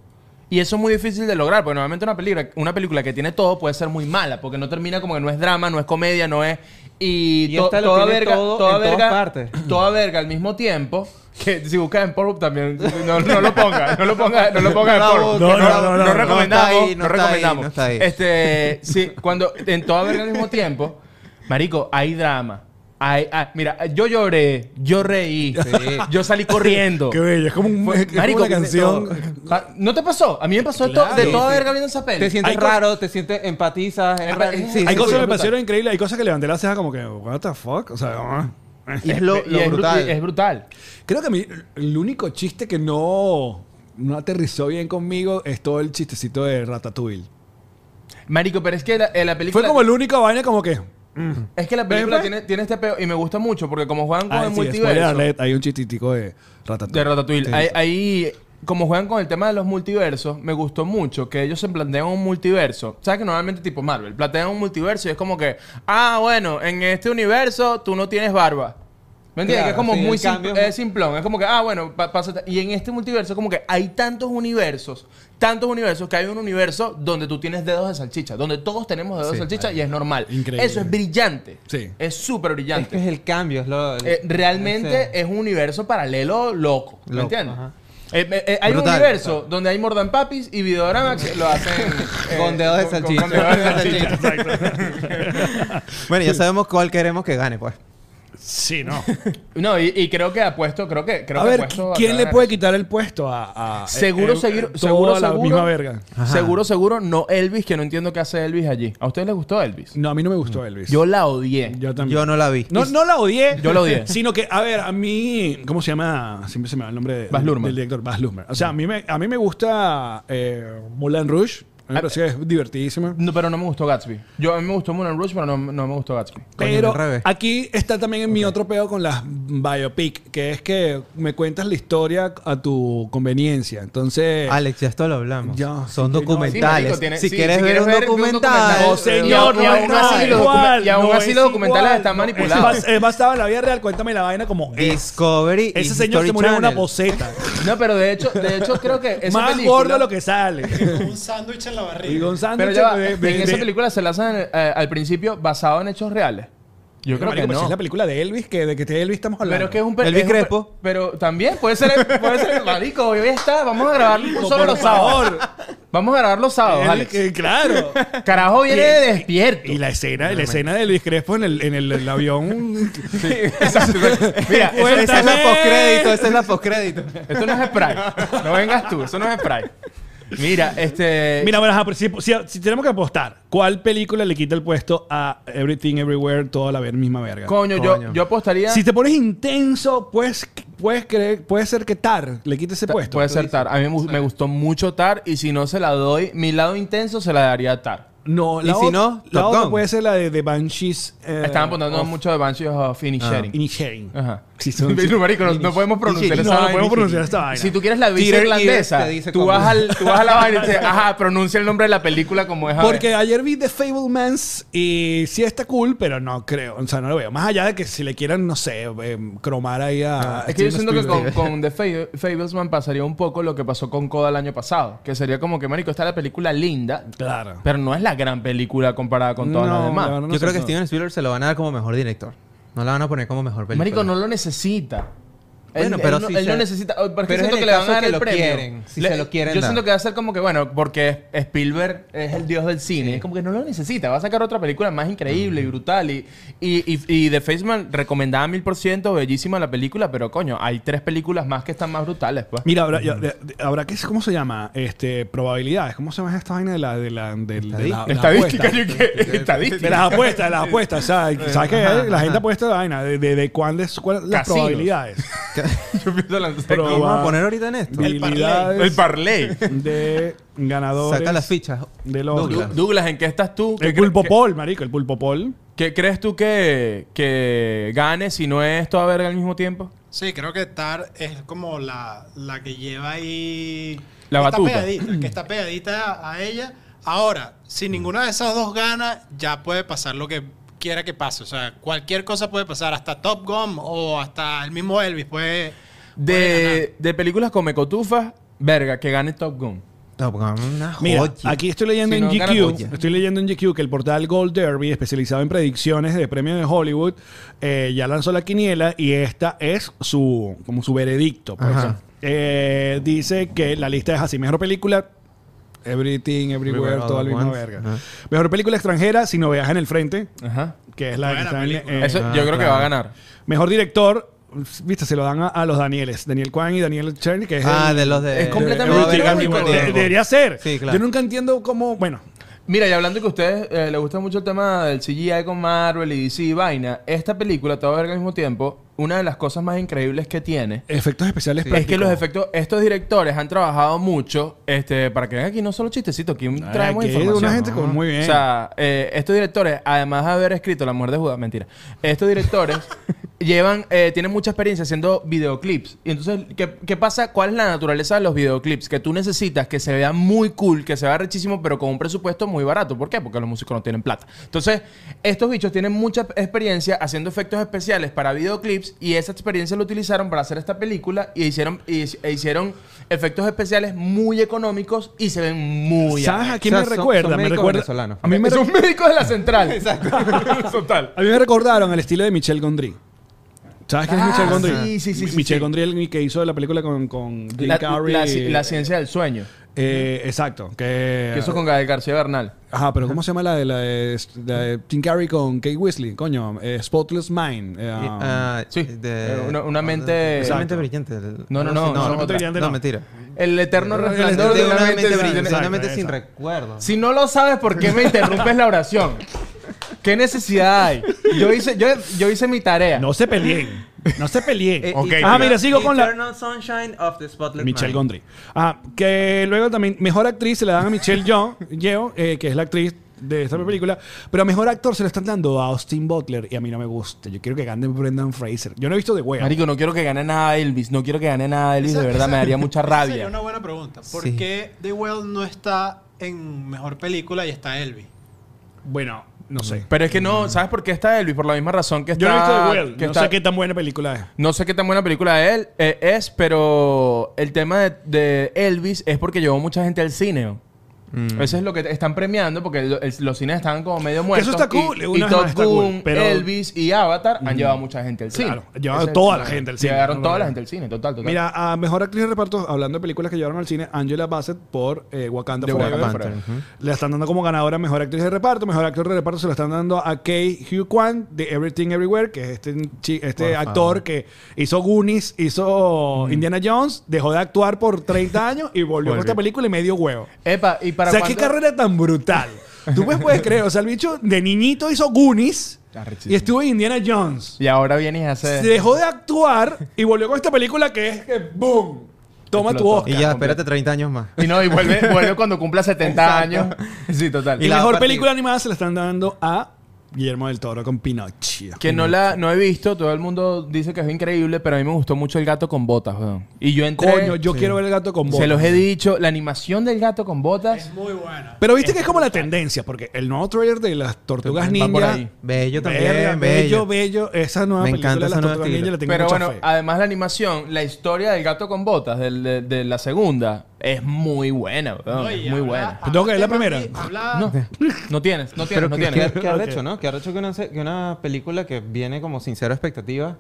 Y eso es muy difícil de lograr, porque normalmente una película, una película que tiene todo puede ser muy mala, porque no termina como que no es drama, no es comedia, no es... Y,
Y
to-
esta lo
toda
tiene
verga,
todo
toda
en todas
verga,
partes.
[CLEARS THROAT] toda verga al mismo tiempo, que si buscas en Pornhub también, no, no lo pongas, no lo pongas, no lo pongas
No la
en Pornhub.
busques, no
no,
la busques.
no
No está
recomendamos,
ahí,
no,
no está ahí,
recomendamos.
no está ahí.
Este, sí, cuando en toda verga al mismo tiempo, marico, hay drama. Hay, ah, mira, yo lloré, yo reí,
Sí.
yo salí corriendo.
[LAUGHS] Qué bello, es como, un,
Fue-
es como una canción.
Ah, ¿No te pasó? A mí me pasó de to-
Claro.
de toda verga viendo esa peli.
te sientes
Hay co-
raro, te sientes empatizas. es
Hay cosas
raro.
hay
sí, sí,
cosas que me
brutal.
pasaron increíbles, hay cosas que levanté la ceja como que, what the fuck? O sea, ah.
Y es lo,
Y
lo
es bru-
brutal.
y es brutal.
creo que a mí el único chiste que no, no aterrizó bien conmigo es todo el chistecito de Ratatouille.
Marico, pero es que la, eh, la película...
Fue como el único vaina como que... mm.
Es que la película
¿Ves?
tiene, tiene este peo y me gusta mucho porque como juegan con
Ah,
el
sí, spoiler
multiverso...
alert, hay un chistitico de Ratatouille.
De Ratatouille.
Sí.
Ahí, ahí, como juegan con el tema de los multiversos, me gustó mucho que ellos se plantean un multiverso. ¿Sabes que normalmente tipo Marvel plantean un multiverso y es como que, ah, bueno, en este universo tú no tienes barba. ¿Me entiendes?
Claro,
que es como
sí,
muy
el cambio
simp-
es-
es simplón. Es como que, ah, bueno, pa- pasa. esta- Y en este multiverso, como que hay tantos universos, tantos universos, que hay un universo donde tú tienes dedos de salchicha, donde todos tenemos dedos de
Sí,
salchicha y es normal.
Increíble.
Eso es brillante.
Sí.
Es súper
es
brillante.
que es el cambio. Es lo, el-
Eh, realmente
ese-
es un universo paralelo loco. ¿Me
Loco,
entiendes?
ajá.
Eh, eh, eh, hay un
Brutal,
universo donde hay Mordan Papis y Videorama que lo hacen eh,
[LAUGHS] Con dedos de
con- con- con
salchicha. [LAUGHS]
dedos de salchicha.
Bueno, ya sabemos cuál queremos que gane, pues.
Sí, no.
No, y, y creo que apuesto, creo que creo
a
que
ver,
apuesto
¿quién le
ganar.
puede quitar el puesto a... a
Seguro,
eh, eh,
seguro,
toda
seguro,
la
seguro.
misma verga?
Seguro, seguro, no Elvis, que no entiendo qué hace Elvis allí. ¿A ustedes les gustó Elvis?
No, a mí no me gustó Elvis.
Yo la odié.
Yo también.
Yo no la vi.
No, no la odié.
Yo la odié.
[LAUGHS] Sino que, a ver, a mí. ¿Cómo se llama? Siempre se me va el nombre de-
Baz Luhrmann.
del director. Baz Luhrmann. O sea, a mí me, a mí me gusta eh, Moulin Rouge. A mí me parece que es divertidísima.
No, pero no me gustó Gatsby. Yo a mí me gustó Moulin Rouge, pero no, no me gustó Gatsby.
Pero
al revés.
aquí está también en mi otro peo con las biopic, que es que me cuentas la historia a tu conveniencia. Entonces.
Alex, ya esto lo hablamos.
eh, Ya,
Son
sí, no,
documentales.
sí, marico, tiene-
si,
sí,
quieres
si
ver
quieres
un
ver un
documental,
documental,
No, oh, señor,
Y aún
no
así
es
los docu-
igual,
y aún
no
así
es
los documentales
igual.
están
No, es
manipulados.
bas- Es basado en la vida real. Cuéntame la vaina como es.
Discovery. y
Ese señor
History
se murió en una
Channel.
boceta.
No, pero de hecho, de hecho creo que esa
Más
película-
gordo lo
[LAUGHS]
que sale.
Un sándwich en la
Y
barriga.
Gonzalo
Pero ya va,
de- de-
en esa
de-
película se lanzan eh, al principio basado en hechos reales. Yo creo
Marico,
que
pues
no.
es la película de Elvis, que de que de Elvis estamos hablando.
Pero es que es un pe-
Elvis
es un pe-
Crespo.
Pero también puede ser, puede ser [LAUGHS] marico. Hoy está, vamos a grabar
Marico,
solo
por
los
favor.
sábados. Vamos a grabar los sábados,
Elvis,
Ah, Alex. [LAUGHS]
que- claro.
Carajo viene
Y-
de despierto.
Y la escena, la escena de Elvis Crespo en el, en el, el avión.
[LAUGHS]
[LAUGHS]
Exacto. [LAUGHS] Mira, eso-
Cuéntame.
Esa es la postcrédito, esa es la postcrédito.
esto no es spray. No vengas tú, eso no es spray. Mira, este.
Mira, bueno, ajá, pero si, si- si tenemos que apostar, ¿cuál película le quita el puesto a Everything Everywhere, toda la ver- misma verga?
coño, Yo,
Coño.
yo apostaría.
Si te pones intenso, puedes, puedes creer, puede ser que Tar le quite ese
Ta-
puesto.
Puede ser Tar. A mí me gu- me gustó mucho Tar y si no se la doy, mi lado intenso se la daría a Tar.
No, la,
¿Y si
ot-
no?
la
Top
otra
Gun.
puede ser la de, The Banshees. eh, Ah.
Estaban poniendo
of
mucho de Banshee of Finishing.
Inisherin.
Ajá. [LAUGHS]
Sí, son-
Pero, marico, no, no podemos pronunciar
No,
esa
no
vaina.
podemos pronunciar esta vaina. E
Si tú quieres la visa
Peter
irlandesa,
Ears te dice
tú
cómo.
vas, al, tú vas a la vaina y
[LAUGHS]
dices, ajá, pronuncia el nombre de la película como es. a ver".
Porque ayer vi The Fablemans y sí está cool, pero no creo, o sea, no lo veo. Más allá de que si le quieran, no sé, em, cromar ahí a.
Ah, es que yo siento
Steven
que con,
Spielberg.
con The Fable- Fablesman pasaría un poco lo que pasó con Coda el año pasado. Que sería como que, marico, está la película linda,
Claro.
pero no es la gran película comparada con todas
No,
las demás.
la verdad No
Yo creo
sé,
que
no.
Steven Spielberg se lo van a dar como mejor director. No la van a poner como mejor película.
Marico, no lo necesita. Bueno,
Bueno,
él,
pero
él no,
si
él no
se-
necesita. Porque
pero es
siento
en
que
el
le van a
caso
dar
que
el
lo
premio.
quieren, si
Le-
se lo quieren
Yo
dar.
siento que va a ser como que, bueno, porque Spielberg es el dios del cine. Es como que no lo necesita. Va a sacar otra película más increíble y brutal. Y, y, y, y The Faceman recomendada mil por ciento, bellísima la película, pero coño, hay tres películas más que están más brutales, pues.
Mira, habrá, ya- de- de- habrá que, ¿cómo se llama? Este, probabilidades. ¿Cómo se llama esta vaina de la, de la, de, de la- de la
Estadística,
apuesta?
yo que. Eh,
De
Estadística.
las apuestas, de las apuestas. O sea, ¿sabes qué? La gente apuesta la vaina. De, de, de cuáles cuáles las
Casinos. [LAUGHS]
probabilidades.
Yo pienso lanzar-
Pero-
¿Qué vamos a poner ahorita en esto?
El parlay.
Probabilidades
El parlay. [LAUGHS]
de ganadores.
Saca las fichas.
de los-
Douglas.
Du-
Douglas, ¿en qué estás tú? ¿Qué
El
cre-
pulpo
qué-
pol, marico. El pulpo pol.
¿Qué crees tú que, que gane si no es toda verga al mismo tiempo?
Sí, creo que TAR es como la, la que lleva ahí.
La
que
batuta.
Está pegadita, que está pegadita a, a ella. Ahora, si
Mm.
ninguna de esas dos gana, ya puede pasar lo que quiera que pase. O sea, cualquier cosa puede pasar. Hasta Top Gun o hasta el mismo Elvis puede. puede ganar.
De, de películas come cotufas, verga, que gane Top Gun.
Top Gun, una
Mira,
joya.
aquí estoy leyendo
Si no, gana
en
Goya.
GQ, estoy leyendo en GQ que el portal Gold Derby, especializado en predicciones de premios de Hollywood, eh, ya lanzó la quiniela y esta es su como su veredicto. pues.
Ajá.
Eh, dice que la lista es así: mejor película, Everything, Everywhere,
Everywhere,
todo
All
el
at
mismo
Once.
verga.
Ajá.
Mejor película extranjera, si no veas en el frente,
Ajá.
que es la que
Buena
está en-
película.
eh,
Eso
ah,
yo creo que
claro.
va a ganar.
Mejor director, viste, se lo dan a, a los Danieles, Daniel Kwan y Daniel Chern, que es
Ah,
el-
de los de.
Es completamente
Robert
irónico,
Downey
de-
de-
Jr.
debería ser.
Sí, claro.
Yo nunca entiendo cómo, bueno,
Mira, y hablando que a ustedes eh, les gusta mucho el tema del CGI con Marvel y DC y vaina, esta película, toda verga al mismo tiempo, una de las cosas más increíbles que tiene
efectos especiales
es que
prácticos.
los efectos, estos directores han trabajado mucho, este, para que vean aquí no solo chistecitos, aquí
Ah,
traemos
que
información.
Una gente con muy bien.
O sea, eh, estos directores, además de haber escrito La muerte de Judas, mentira, estos
[LAUGHS]
directores llevan, eh, tienen mucha experiencia haciendo videoclips. Y entonces, ¿qué, qué pasa? ¿Cuál es la naturaleza de los videoclips? Que tú necesitas que se vea muy cool, que se vea rechísimo, pero con un presupuesto muy barato. ¿Por qué? Porque los músicos no tienen plata. Entonces, estos bichos tienen mucha experiencia haciendo efectos especiales para videoclips y esa experiencia la utilizaron para hacer esta película y hicieron, y, e hicieron efectos especiales muy económicos y se ven muy
¿Sabes
arrechos.
a quién
O sea,
me
son-
recuerda?
son
me
médicos
recuerda.
venezolanos.
A mí, me,
Son médicos de la central.
[LAUGHS]
Exacto. [LAUGHS] Total.
a mí me recordaron el estilo de Michel Gondry. ¿Sabes quién
Ah,
es Michel Gondry?
sí, sí, sí,
Mi-
sí,
Michel
sí.
Gondry, el que hizo la película con, con Jim
La,
Carrey.
la ci- la ciencia del sueño.
Eh, exacto. Que,
Que eso con Gael García Bernal.
Ajá, pero ¿cómo se llama la de, la de, la de Jim Carrey con Kate Weasley? Coño, eh, Spotless Mind. eh,
Y,
um,
ah,
Sí.
de- Ah,
Eh, una- una mente-
Una mente
Exacto.
brillante.
No, no, no, no,
no, otra.
no, mentira.
El eterno
El
resplandor de una mente sin-
brillante,
exacto,
una mente sin
esa.
recuerdo.
Si no lo sabes, ¿por qué me interrumpes la oración? ¿Qué necesidad hay? Yo hice, yo, yo hice mi tarea.
no se peleen. No
[LAUGHS]
se peleen.
Ok,
Ah, mira, sigo con la.
Eh, Eternal Sunshine of the Spotless
Michelle
Mind.
Gondry. Ah, que luego también mejor actriz se la dan
[LAUGHS]
a Michelle Yeoh, Yeoh, eh, que es la actriz de
Mm.
esta película, pero mejor actor se lo están dando a Austin Butler y a mí no me gusta. Yo quiero que gane Brendan Fraser. Yo no he visto de wea.
Marico, no quiero que gane nada Elvis. No quiero que gane nada Elvis.
Esa-
de verdad,
esa-
me daría mucha
esa Sería
rabia.
una buena pregunta. ¿Por
Sí.
qué The Well no está en mejor película y está Elvis?
Bueno, no sé.
Pero es que no, ¿sabes por qué está Elvis? Por la misma razón que Mm. está.
Yo no he visto de Well.
que
no
está-
sé qué tan buena película es.
No sé qué tan buena película de él eh, es, pero el tema de, de Elvis es porque llevó mucha gente al cine. ¿no?
Mm.
Mm.
Eso es lo que te- están premiando porque el- el- los cines estaban como medio muertos.
eso está cool,
Y,
una
y
vez
Top
más está cool,
Gun,
pero-
Elvis y Avatar han llevado mucha gente al cine.
Claro, llevaron
Ese es
toda
el-
la gente al cine.
Llegaron
No,
toda
no,
la
no.
gente al cine, total, total.
Mira, a mejor actriz de reparto, hablando de películas que llevaron al cine, Angela Bassett por eh, Wakanda
The
Forever.
Wakanda.
Panther, ujú.
Le están dando como ganadora a mejor actriz de reparto. Mejor actor de reparto se lo están dando a Kei Hugh Kwan de Everything Everywhere, que es este, chi- este
Por
actor
favor.
que hizo Goonies, hizo Indiana Jones, dejó de actuar por 30 años y volvió con esta película y medio huevo.
Epa, ¿y
O
para
sea, qué
cuándo-
carrera tan brutal. Tú me puedes creer. O sea, el bicho de niñito hizo Goonies
Arrechísimo.
y este estuvo en Indiana Jones.
Ah, Y ahora vienes a
Se
hacer...
dejó de actuar y volvió con esta película que es que ¡boom! Toma tu
Explotó.
Oscar.
Y ya, espérate 30 años más.
Y no, y vuelve, vuelve cuando cumpla 70 años. [LAUGHS] Sí, total.
Y
Y
la
la
mejor
partida.
película animada se la están dando a Guillermo del Toro con Pinocchio.
Que no la no he visto, todo el mundo dice que es increíble, pero a mí me gustó mucho el gato con botas, weón. Y yo entré.
Coño, yo quiero ver el gato con
Se
botas.
los he dicho, la animación del gato con botas.
Es muy buena.
Pero viste que es como la tendencia, porque el nuevo trailer de las Tortugas
Va por
Ninja.
ahí.
Bello también,
verga,
bello.
bello, bello. Esa nueva
Me
película de
encanta
las
esa nueva
Tortugas
actividad.
Ninja la tengo
pero
mucha
bueno, ah,
fe.
además la animación, la historia del gato con botas del- de, de la segunda es muy buena, weón.
No, y
es muy
habla-
buena.
habla
Tengo que ver la
tema
primera.
aquí, habla-
No, no tienes, no tienes,
Pero
no
que,
tienes.
que- que arrecho, ¿no? Que arrecho que una, se- que una película que viene como sin cero expectativa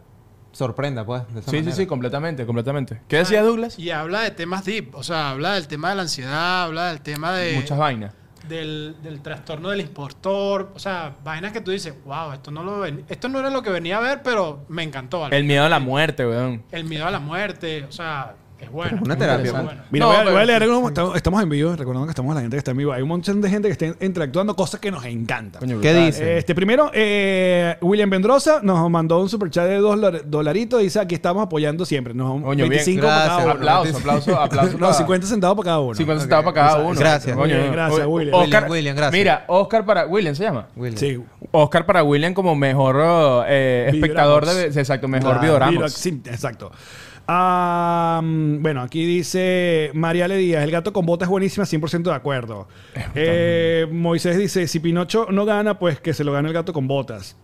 sorprenda, pues. de esa
Sí, sí,
manera.
sí, completamente, completamente. ¿Qué decía Douglas?
Y habla de temas deep, o sea, habla del tema de la ansiedad, habla del tema de,
Muchas vainas.
del, del trastorno del impostor, o sea, vainas que tú dices, wow, esto no, lo ven- esto no era lo que venía a ver, pero me encantó. ¿vale?
El miedo a la muerte, weón.
El miedo a la muerte, o sea, es bueno.
Una terapia,
Es
¿no?
bueno.
Mira,
No,
voy, a,
pero-
voy a leer algunos- Estamos, estamos en vivo, recordando que estamos la gente que está en vivo. Hay un montón de gente que está interactuando, cosas que nos encantan.
Coño,
¿Qué
brutal.
dice?
Este, primero, eh, William Vendrosa nos mandó un superchat de dos dolar- dolaritos. Dice, aquí estamos apoyando siempre. Nos,
Coño, bien,
25 por
gracias.
cada uno.
Aplauso, aplauso,
[LAUGHS]
aplauso.
No,
para-
50 centavos por cada uno.
50 centavos para cada uno.
Gracias.
Coño,
Bien, gracias,
o-
William.
Oscar-
William, William, gracias.
Mira, Oscar para... William se llama.
William.
Sí.
Oscar para William como mejor eh, espectador
Videoramos.
de... Exacto, mejor
Ah, video-
videoramos.
sí, exacto. Ah, mm, bueno, aquí dice Mariale Díaz, el gato con botas es buenísima, 100% de acuerdo. Eh, Moisés dice, si Pinocho no gana, pues que se lo gane el gato con botas.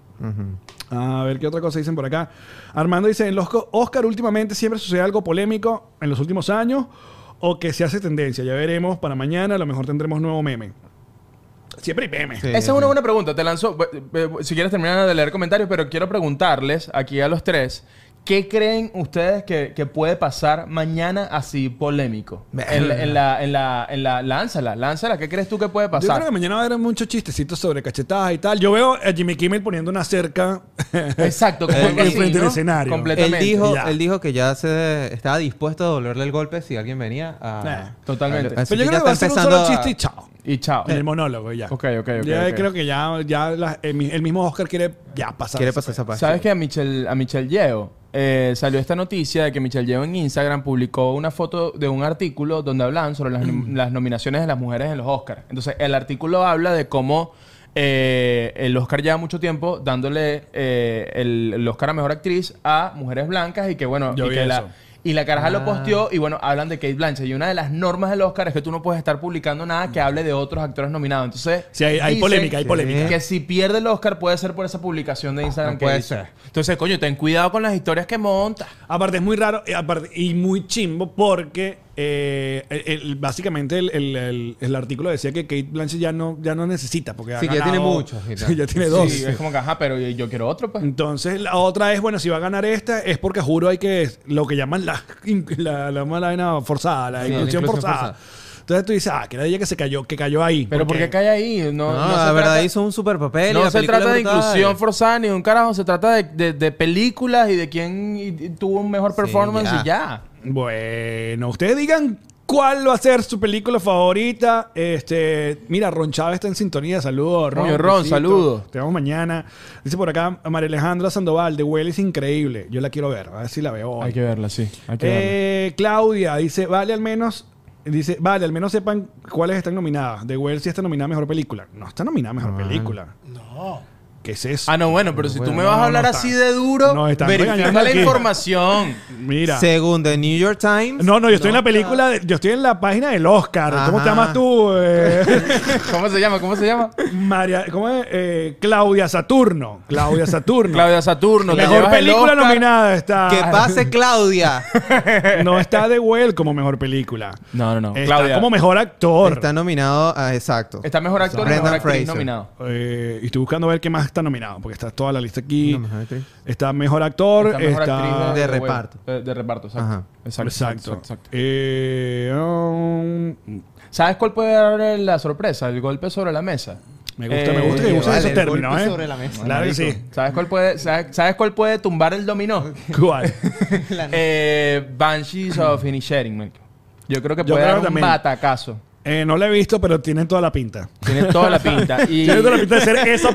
A ver qué otra cosa dicen por acá. Armando dice, en los co- Oscar últimamente siempre sucede algo polémico en los últimos años o que se hace tendencia. Ya veremos para mañana, a lo mejor tendremos nuevo meme. Siempre hay meme.
Sí.
Esa es una buena pregunta. Te lanzo, b- b- si quieres terminar de leer comentarios, pero quiero preguntarles aquí a los tres, ¿qué creen ustedes que, que puede pasar mañana así polémico? En, la- en la, en la, en la, lánzala, lánzala. ¿Qué crees tú que puede
Yo creo que
pasar?
mañana va a haber muchos chistecitos sobre cachetadas y tal. Yo veo a Jimmy Kimmel poniendo una cerca.
Exacto, como
Eh,
que
[LAUGHS] en
sí, ¿no?
frente del escenario.
Completamente.
Él dijo,
ya.
él dijo que ya se estaba dispuesto a dolerle el golpe si alguien venía a...
Eh,
totalmente.
a- así
Pero yo
que
creo
ya
que va a
está
ser un solo
empezando
chiste
a-
y chao.
Y chao.
En el monólogo y ya.
Ok, ok, ok,
Ya
ok.
creo que ya, ya las- el, mi- el mismo Oscar quiere ya pasar.
Quiere
ese
pasar esa
pedo.
parte.
¿Sabes que a Michelle, a Michelle Yeo eh, salió esta noticia de que Michelle Yeo en Instagram publicó una foto de un artículo donde hablaban sobre las,
[CLEARS THROAT]
las nominaciones de las mujeres en los Oscars? Entonces, el artículo habla de cómo eh, el Oscar lleva mucho tiempo dándole eh, el, el Oscar a Mejor Actriz a mujeres blancas y que, bueno,
Yo
y
vi
que
eso.
la... Y la caraja lo
Ah.
posteó y bueno, hablan de Kate Blanchett. Y una de las normas del Oscar es que tú no puedes estar publicando nada que hable de otros actores nominados. Entonces,
Mm. Sí, hay- hay
dice
polémica, hay
que-
polémica.
Que si pierde el Oscar puede ser por esa publicación de Instagram
no
que
puede
hizo.
ser.
Entonces, coño, ten cuidado con las historias que
[LAUGHS]
montas.
Aparte es muy raro eh, aparte- y muy chimbo porque eh, el- el- básicamente el, el- el- el artículo decía que Kate Blanchett ya no, ya no necesita. Porque ha
Sí, que ya tiene
ganado-
muchos y
[LAUGHS]
tal.
Sí, ya tiene dos.
Sí, es como que, ajá, pero yo quiero otro, pues.
Entonces, la otra es, bueno, si va a ganar esta, es porque juro hay que, lo que llaman la, [LAUGHS] la, la mala vaina forzada, la
Sí, la
inclusión
inclusión
forzada. Entonces tú dices, ah, que era ella que se cayó, que cayó ahí.
Pero ¿por qué cae ahí? No,
No,
no se
la verdad
trata-
hizo un super papel. y
no
la
se
película
trata de
brutal.
inclusión forzada ni de un carajo, se trata de, de- de películas y de quién y- y tuvo un mejor performance
ya.
y ya.
Bueno, ustedes digan cuál va a ser su película favorita. Este, mira, Ron Chávez está en sintonía. Saludos, Ron.
Coño, Ron,
besito.
saludos.
Te vemos mañana. Dice por acá a María Alejandra Sandoval, de Huele es increíble. Yo la quiero ver, a ver si la veo hoy.
Hay que verla, sí. Hay que verla.
Eh, Claudia dice, vale al menos, dice, vale, al menos sepan cuáles están nominadas. The Well si está nominada a mejor película. No está nominada a mejor película.
No.
¿Qué es eso?
Ah, no, bueno, pero si tú
bueno,
me vas
no,
a hablar
no
así
está.
de duro,
Nos están regañando
verifica la
aquí. [LAUGHS]
información.
Mira.
Según The New York Times...
No, no, yo estoy en la película, de- yo estoy en la página del Oscar. ¿Cómo
Ajá.
te llamas tú?
[LAUGHS]
eh?
¿Cómo se llama? ¿Cómo se llama?
María, ¿cómo es? Eh, Claudia Saturno. Claudia Saturno.
[LAUGHS] Claudia Saturno. te
mejor
llevas el
película
Oscar.
nominada está.
ah.
Que
[LAUGHS]
pase Claudia.
[LAUGHS] No está The Well como mejor película.
No, no, no.
Está
Claudia.
como mejor actor.
Está nominado a... Exacto.
Está mejor actor y
Brendan
mejor actriz
Fraser.
nominado.
Eh, y estoy buscando ver qué más está nominado, porque está toda la lista aquí.
No, mejor actriz.
está mejor actor,
Está
está,
mejor actriz
de
bueno,
reparto.
De, de reparto, exacto.
Ajá.
Exacto,
exacto.
exacto, exacto.
Eh, um,
¿Sabes cuál puede dar la sorpresa? El golpe sobre la mesa.
me gusta,
Eh,
me gusta que usen
vale,
esos
el
términos,
golpe
¿eh?
sobre la mesa.
Claro que sí. [LAUGHS]
¿Sabes cuál puede, sabes, sabes cuál puede tumbar el dominó?
¿Cuál?
eh, Banshees of Inisherin, marico. Yo creo que
Yo
puede
creo
dar un
también.
batacazo.
Eh, no la he visto, pero tienen toda la pinta.
Tiene toda la pinta. Y
Tiene toda la pinta de ser esa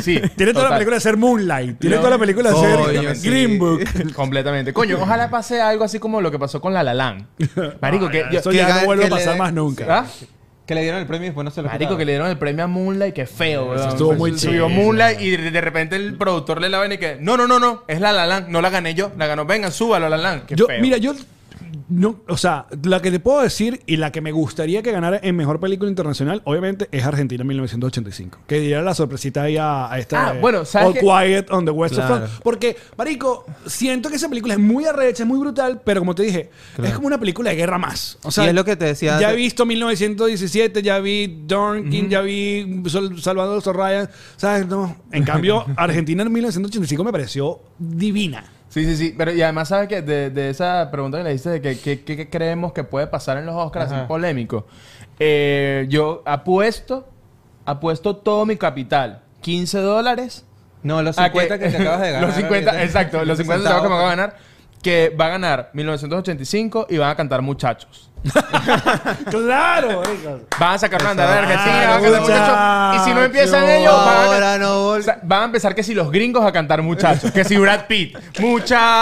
[LAUGHS] Sí,
Tiene toda la
total.
película de ser Moonlight. Tiene toda la película de ser
Coño, sí.
Green Book.
Completamente. Coño, ojalá pase algo así como lo que pasó con La La Land. Marico, que... yo-
Ah, Eso
que
ya no
gane-
vuelve a
que le
pasar
den-
más nunca.
¿Ah?
Que le dieron el premio y después no se lo
Marico, que le dieron el premio a Moonlight, que feo, weón. Pues,
estuvo muy
Subió
chévere.
Moonlight y de de repente el productor le la ven y que, no, no, no, no, es la La Land, no la gané yo, la ganó, vengan, súbalo a La Land, que
yo,
feo.
Mira, yo. No, o sea, la que te puedo decir y la que me gustaría que ganara en mejor película internacional, obviamente, es Argentina 1985. Que diera la sorpresita ahí a, a esta.
Ah, bueno, ¿sabes
All
qué?
Quiet on the Western
Claro.
Front. Porque, Marico, siento que esa película es muy arrecha, es muy brutal, pero como te dije, es como una película de guerra más. O sea,
Y es lo que te decía
Ya he
antes.
visto 1917, ya vi Dunkin, ya vi Sol-
[LAUGHS]
Salvador Sorraya. ¿Sabes? No. En cambio, Argentina en 1985 me pareció divina.
Sí, sí, sí. Pero y además, ¿sabes que de, de esa pregunta que le hiciste de que, que- que- que creemos que puede pasar en los Oscars,
Ajá.
es polémico. Eh, yo apuesto, apuesto todo mi capital. 15 dólares.
No, los
a
50 Ah, que, te
[LAUGHS]
acabas [LAUGHS] de ganar.
los 50,
ahorita.
exacto. Los 50 centavos que me acabo de
centavos.
ganar. Que va a ganar 1985 y van a cantar muchachos.
[LAUGHS] ¡Claro!
eh.
marico.
Van a sacar una bandera de Argentina,
Ah,
van a cantar muchachos. Y si no empiezan ellos, van a,
Ahora no
O
vol-
sea, van a empezar que si los gringos a cantar muchachos. Que si Brad Pitt.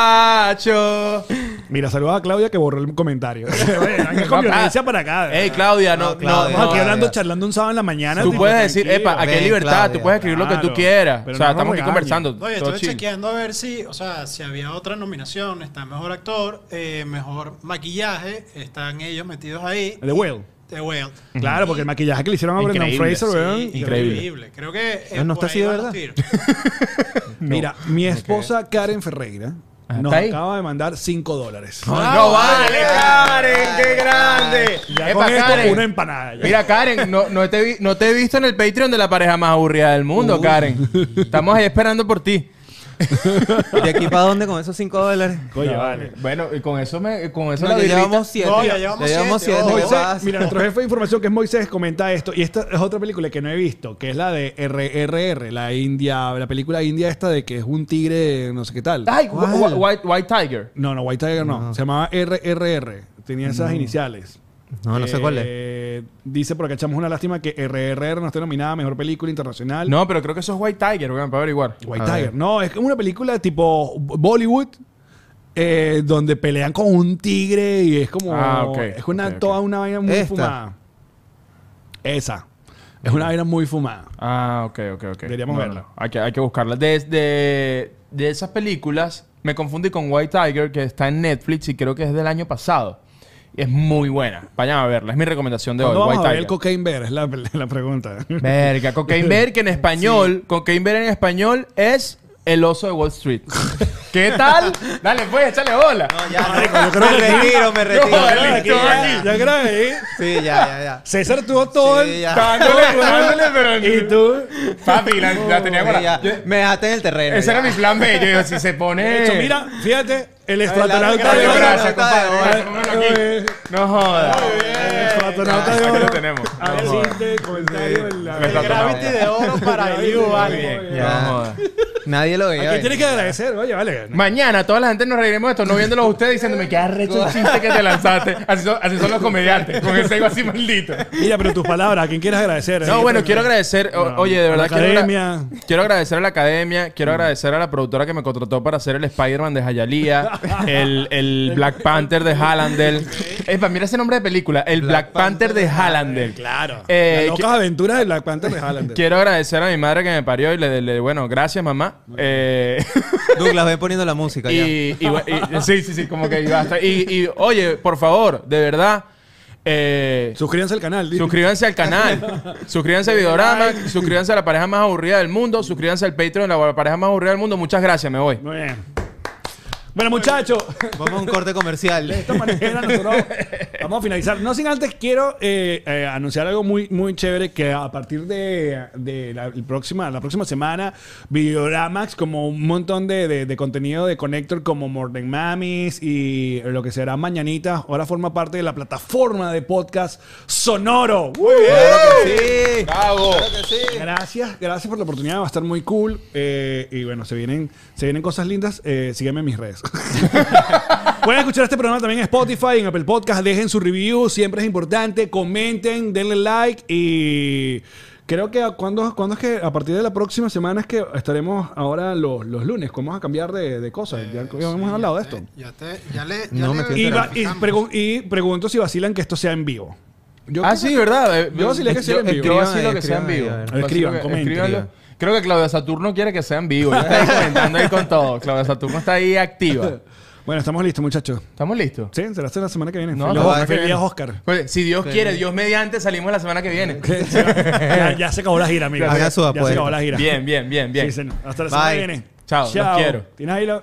Muchachos.
Mira, saludos a Claudia que borró el comentario.
[LAUGHS]
Bueno, venga con
Papá.
violencia para acá.
Ey, Claudia, no,
No,
no,
Claudia.
Estamos
no,
aquí hablando,
Claudia.
charlando un sábado en la mañana.
Tú
tipo,
puedes decir,
tranquilo.
epa, aquí hay
Ven,
libertad, tú
Claudia.
puedes escribir lo que
Claro,
tú quieras. o
pero
sea,
no
estamos
nos
aquí
regañes.
conversando.
Oye,
todo
estuve
chill.
chequeando a ver si, o sea, si había otra nominación. Está mejor actor, eh, mejor maquillaje. Están ellos metidos ahí.
The Whale.
The Whale.
Claro, porque el maquillaje que le hicieron a Brendan
Increíble,
Fraser,
sí.
weón.
Sí,
Increíble.
Creo que. eh,
No, no
por
está
ahí
así de
van los
verdad.
tiros.
Mira, mi esposa Karen Ferreira
Ah,
nos
¿está ahí? Ah.
acaba de mandar 5 dólares.
No vale, Karen, qué
Ay,
grande.
Ya
Epa,
con esto,
Karen.
una empanada. ya.
Mira, Karen, no, no te vi- no te he visto en el Patreon de la pareja más aburrida del mundo,
Uy.
Karen. Estamos ahí esperando por ti.
¿De aquí para dónde con esos 5 [LAUGHS] dólares?
Coño,
No,
vale.
Bueno, y con eso me, con eso
No,
la
ya
birrita-
llevamos 7.
No, ya llevamos siete, ojo.
¿Qué
Moisés,
pasa?
mira, nuestro jefe de información que es Moisés comenta esto. Y esta es otra película que no he visto, que es la de RRR, la India, la película india esta de que es un tigre, no sé qué tal.
Ay,
¿Cuál?
Wh- Wh- White, White Tiger.
No, no, White Tiger no. Se llamaba RRR. Tenía esas iniciales.
No, no sé cuál es.
Eh, Dice por acá echamos una lástima que RRR no esté nominada a mejor película internacional.
No, pero creo que eso es White Tiger, weón, para averiguar.
White
A
Tiger.
ver.
No, es como una película tipo Bollywood. eh, donde pelean con un tigre y es como.
Ah, ok.
Es una,
Ok, ok.
toda una vaina muy
Esta.
fumada. Esa. Es una vaina muy fumada.
Ah, ok, ok, ok.
Deberíamos verla.
Hay, que, hay que buscarla. Desde de esas películas, me confundí con White Tiger, que está en Netflix y creo que es del año pasado. Y es muy buena. Vayan a verla. Es mi recomendación de hoy.
¿Cuándo vamos
White
a ver el
Tiger.
Cocaine Bear? Es la, [LAUGHS] la pregunta.
Verga, Cocaine Bear,
[LAUGHS]
que en español, Cocaine Bear en español es el oso de Wall
[LAUGHS]
Street. ¿Qué tal? Dale, pues, échale bola.
me retiro, me retiro.
No,
me
vale, que
Ya,
retiro.
[LAUGHS] ya, ya grabé. ¿eh?
Sí, ya, ya, ya.
César tuvo todo
Sí,
el-
ya.
Dándole, [LAUGHS] dándole, pero-
Y tú.
Papi, la, la tenía
Sí,
guardada.
ya.
Yo-
Me dejaste en el terreno.
Ese era
ya.
mi plan B. Yo digo, si se pone.
De hecho, mira, fíjate, el
Gracias,
extraterrestre
Gracias,
de oro.
gracias,
gracias,
compadre.
compadre.
Pónmelo aquí. No jodas.
El extraterrestre
Aquí
de
lo
oro.
tenemos.
Ah,
No
sí,
jodas.
de comentario en la-
Me
El Gravity de oro para
[LAUGHS]
Gravity
el
de oro.
vale.
Ya.
No jodas.
Nadie lo
¿A
veía.
quién tienes
venir.
que agradecer? Oye, vale.
Mañana toda la gente nos reiremos de esto, no viéndolo a ustedes diciéndome que arrecho el chiste que te lanzaste. Así son, así son los comediantes, con ese ego así maldito.
Mira, pero tus palabras, ¿a quién quieres agradecer?
No,
Ahí
bueno,
te-
quiero agradecer, o-
No,
oye, de
pues, eh, a la
verdad quiero, agra-
academia.
quiero agradecer a la academia, quiero agradecer a la productora que me contrató para hacer el Spider-Man de Hayalía, el, el Black Panther de Hallandel. Epa, mira ese nombre de película, el Black,
Black
Panther,
Panther
de
de
Hallandel.
Claro.
Eh,
Las
que-
locas aventuras de Black Panther
[LAUGHS]
de Haaland.
Quiero agradecer a mi madre que me parió y le, le- bueno, gracias mamá. Eh, [LAUGHS]
Douglas, ve poniendo la música ya.
y, y bu- y- sí, sí, sí, como que iba hasta. Y, y, oye, por favor, de verdad, eh,
Suscríbanse al canal. dice.
suscríbanse al canal, suscríbanse a Videorama, suscríbanse a la pareja más aburrida del mundo, suscríbanse al Patreon, la pareja más aburrida del mundo. Muchas gracias, me voy.
Muy bien.
[LAUGHS]
Bueno, muchachos.
Vamos a un corte
De
comercial.
esta manera nosotros vamos a finalizar. No sin antes quiero eh, eh, anunciar algo muy, muy chévere que a partir de, de la, el próxima, la próxima semana, Videoramax, como un montón de, de- de contenido de Connector como Morning Mamis y lo que será Mañanitas, ahora forma parte de la plataforma de podcast Sonoro. ¡Woo!
Sí.
¡Bravo!
Gracias, gracias por la oportunidad, va a estar muy cool. Eh, y bueno, se vienen, se vienen cosas lindas. Eh, sígueme en mis redes. [LAUGHS] Pueden escuchar este programa también en Spotify, en Apple Podcast. Dejen su review, siempre es importante. Comenten, denle like y creo que a- cuando, cuando es que a partir de la próxima semana es que estaremos ahora los, los lunes. Vamos a cambiar de, de cosas. Ya, ya hemos hablado de esto.
Ya te. Ya le. Ya
No,
le-
me estoy
Y,
Pero
va- y pregun- y pregunto si vacilan que esto sea en vivo. Yo
Ah,
creo
sí,
que-
¿verdad? Eh,
Yo sí le que sea en vivo.
Yo
Escriban
sí lo
ahí,
que sea en
escriban
vivo.
ahí, a ver.
Yo
Escriban,
sí lo que-
comenten.
escríbanlo.
Escriban.
Creo que Claudia Saturno quiere que sea en vivo. Yo estoy comentando ahí con todo. Claudia Saturno está ahí activa.
Bueno, estamos listos, muchachos.
¿Estamos listos?
Sí, será hasta la semana que viene.
No,
Feliz
la
Oscar,
semana que
feliz
viene.
Oscar.
Oye, Pues, si Dios quiere, Dios mediante, salimos la semana que viene.
ya, ya se acabó la gira, amigo.
Haga su
ya se
apuesta.
acabó la gira.
[LAUGHS] Bien, bien, bien, bien.
Sí, señor. hasta la semana
Bye.
que viene.
Chao, los quiero.
¿Tienes ahí lo-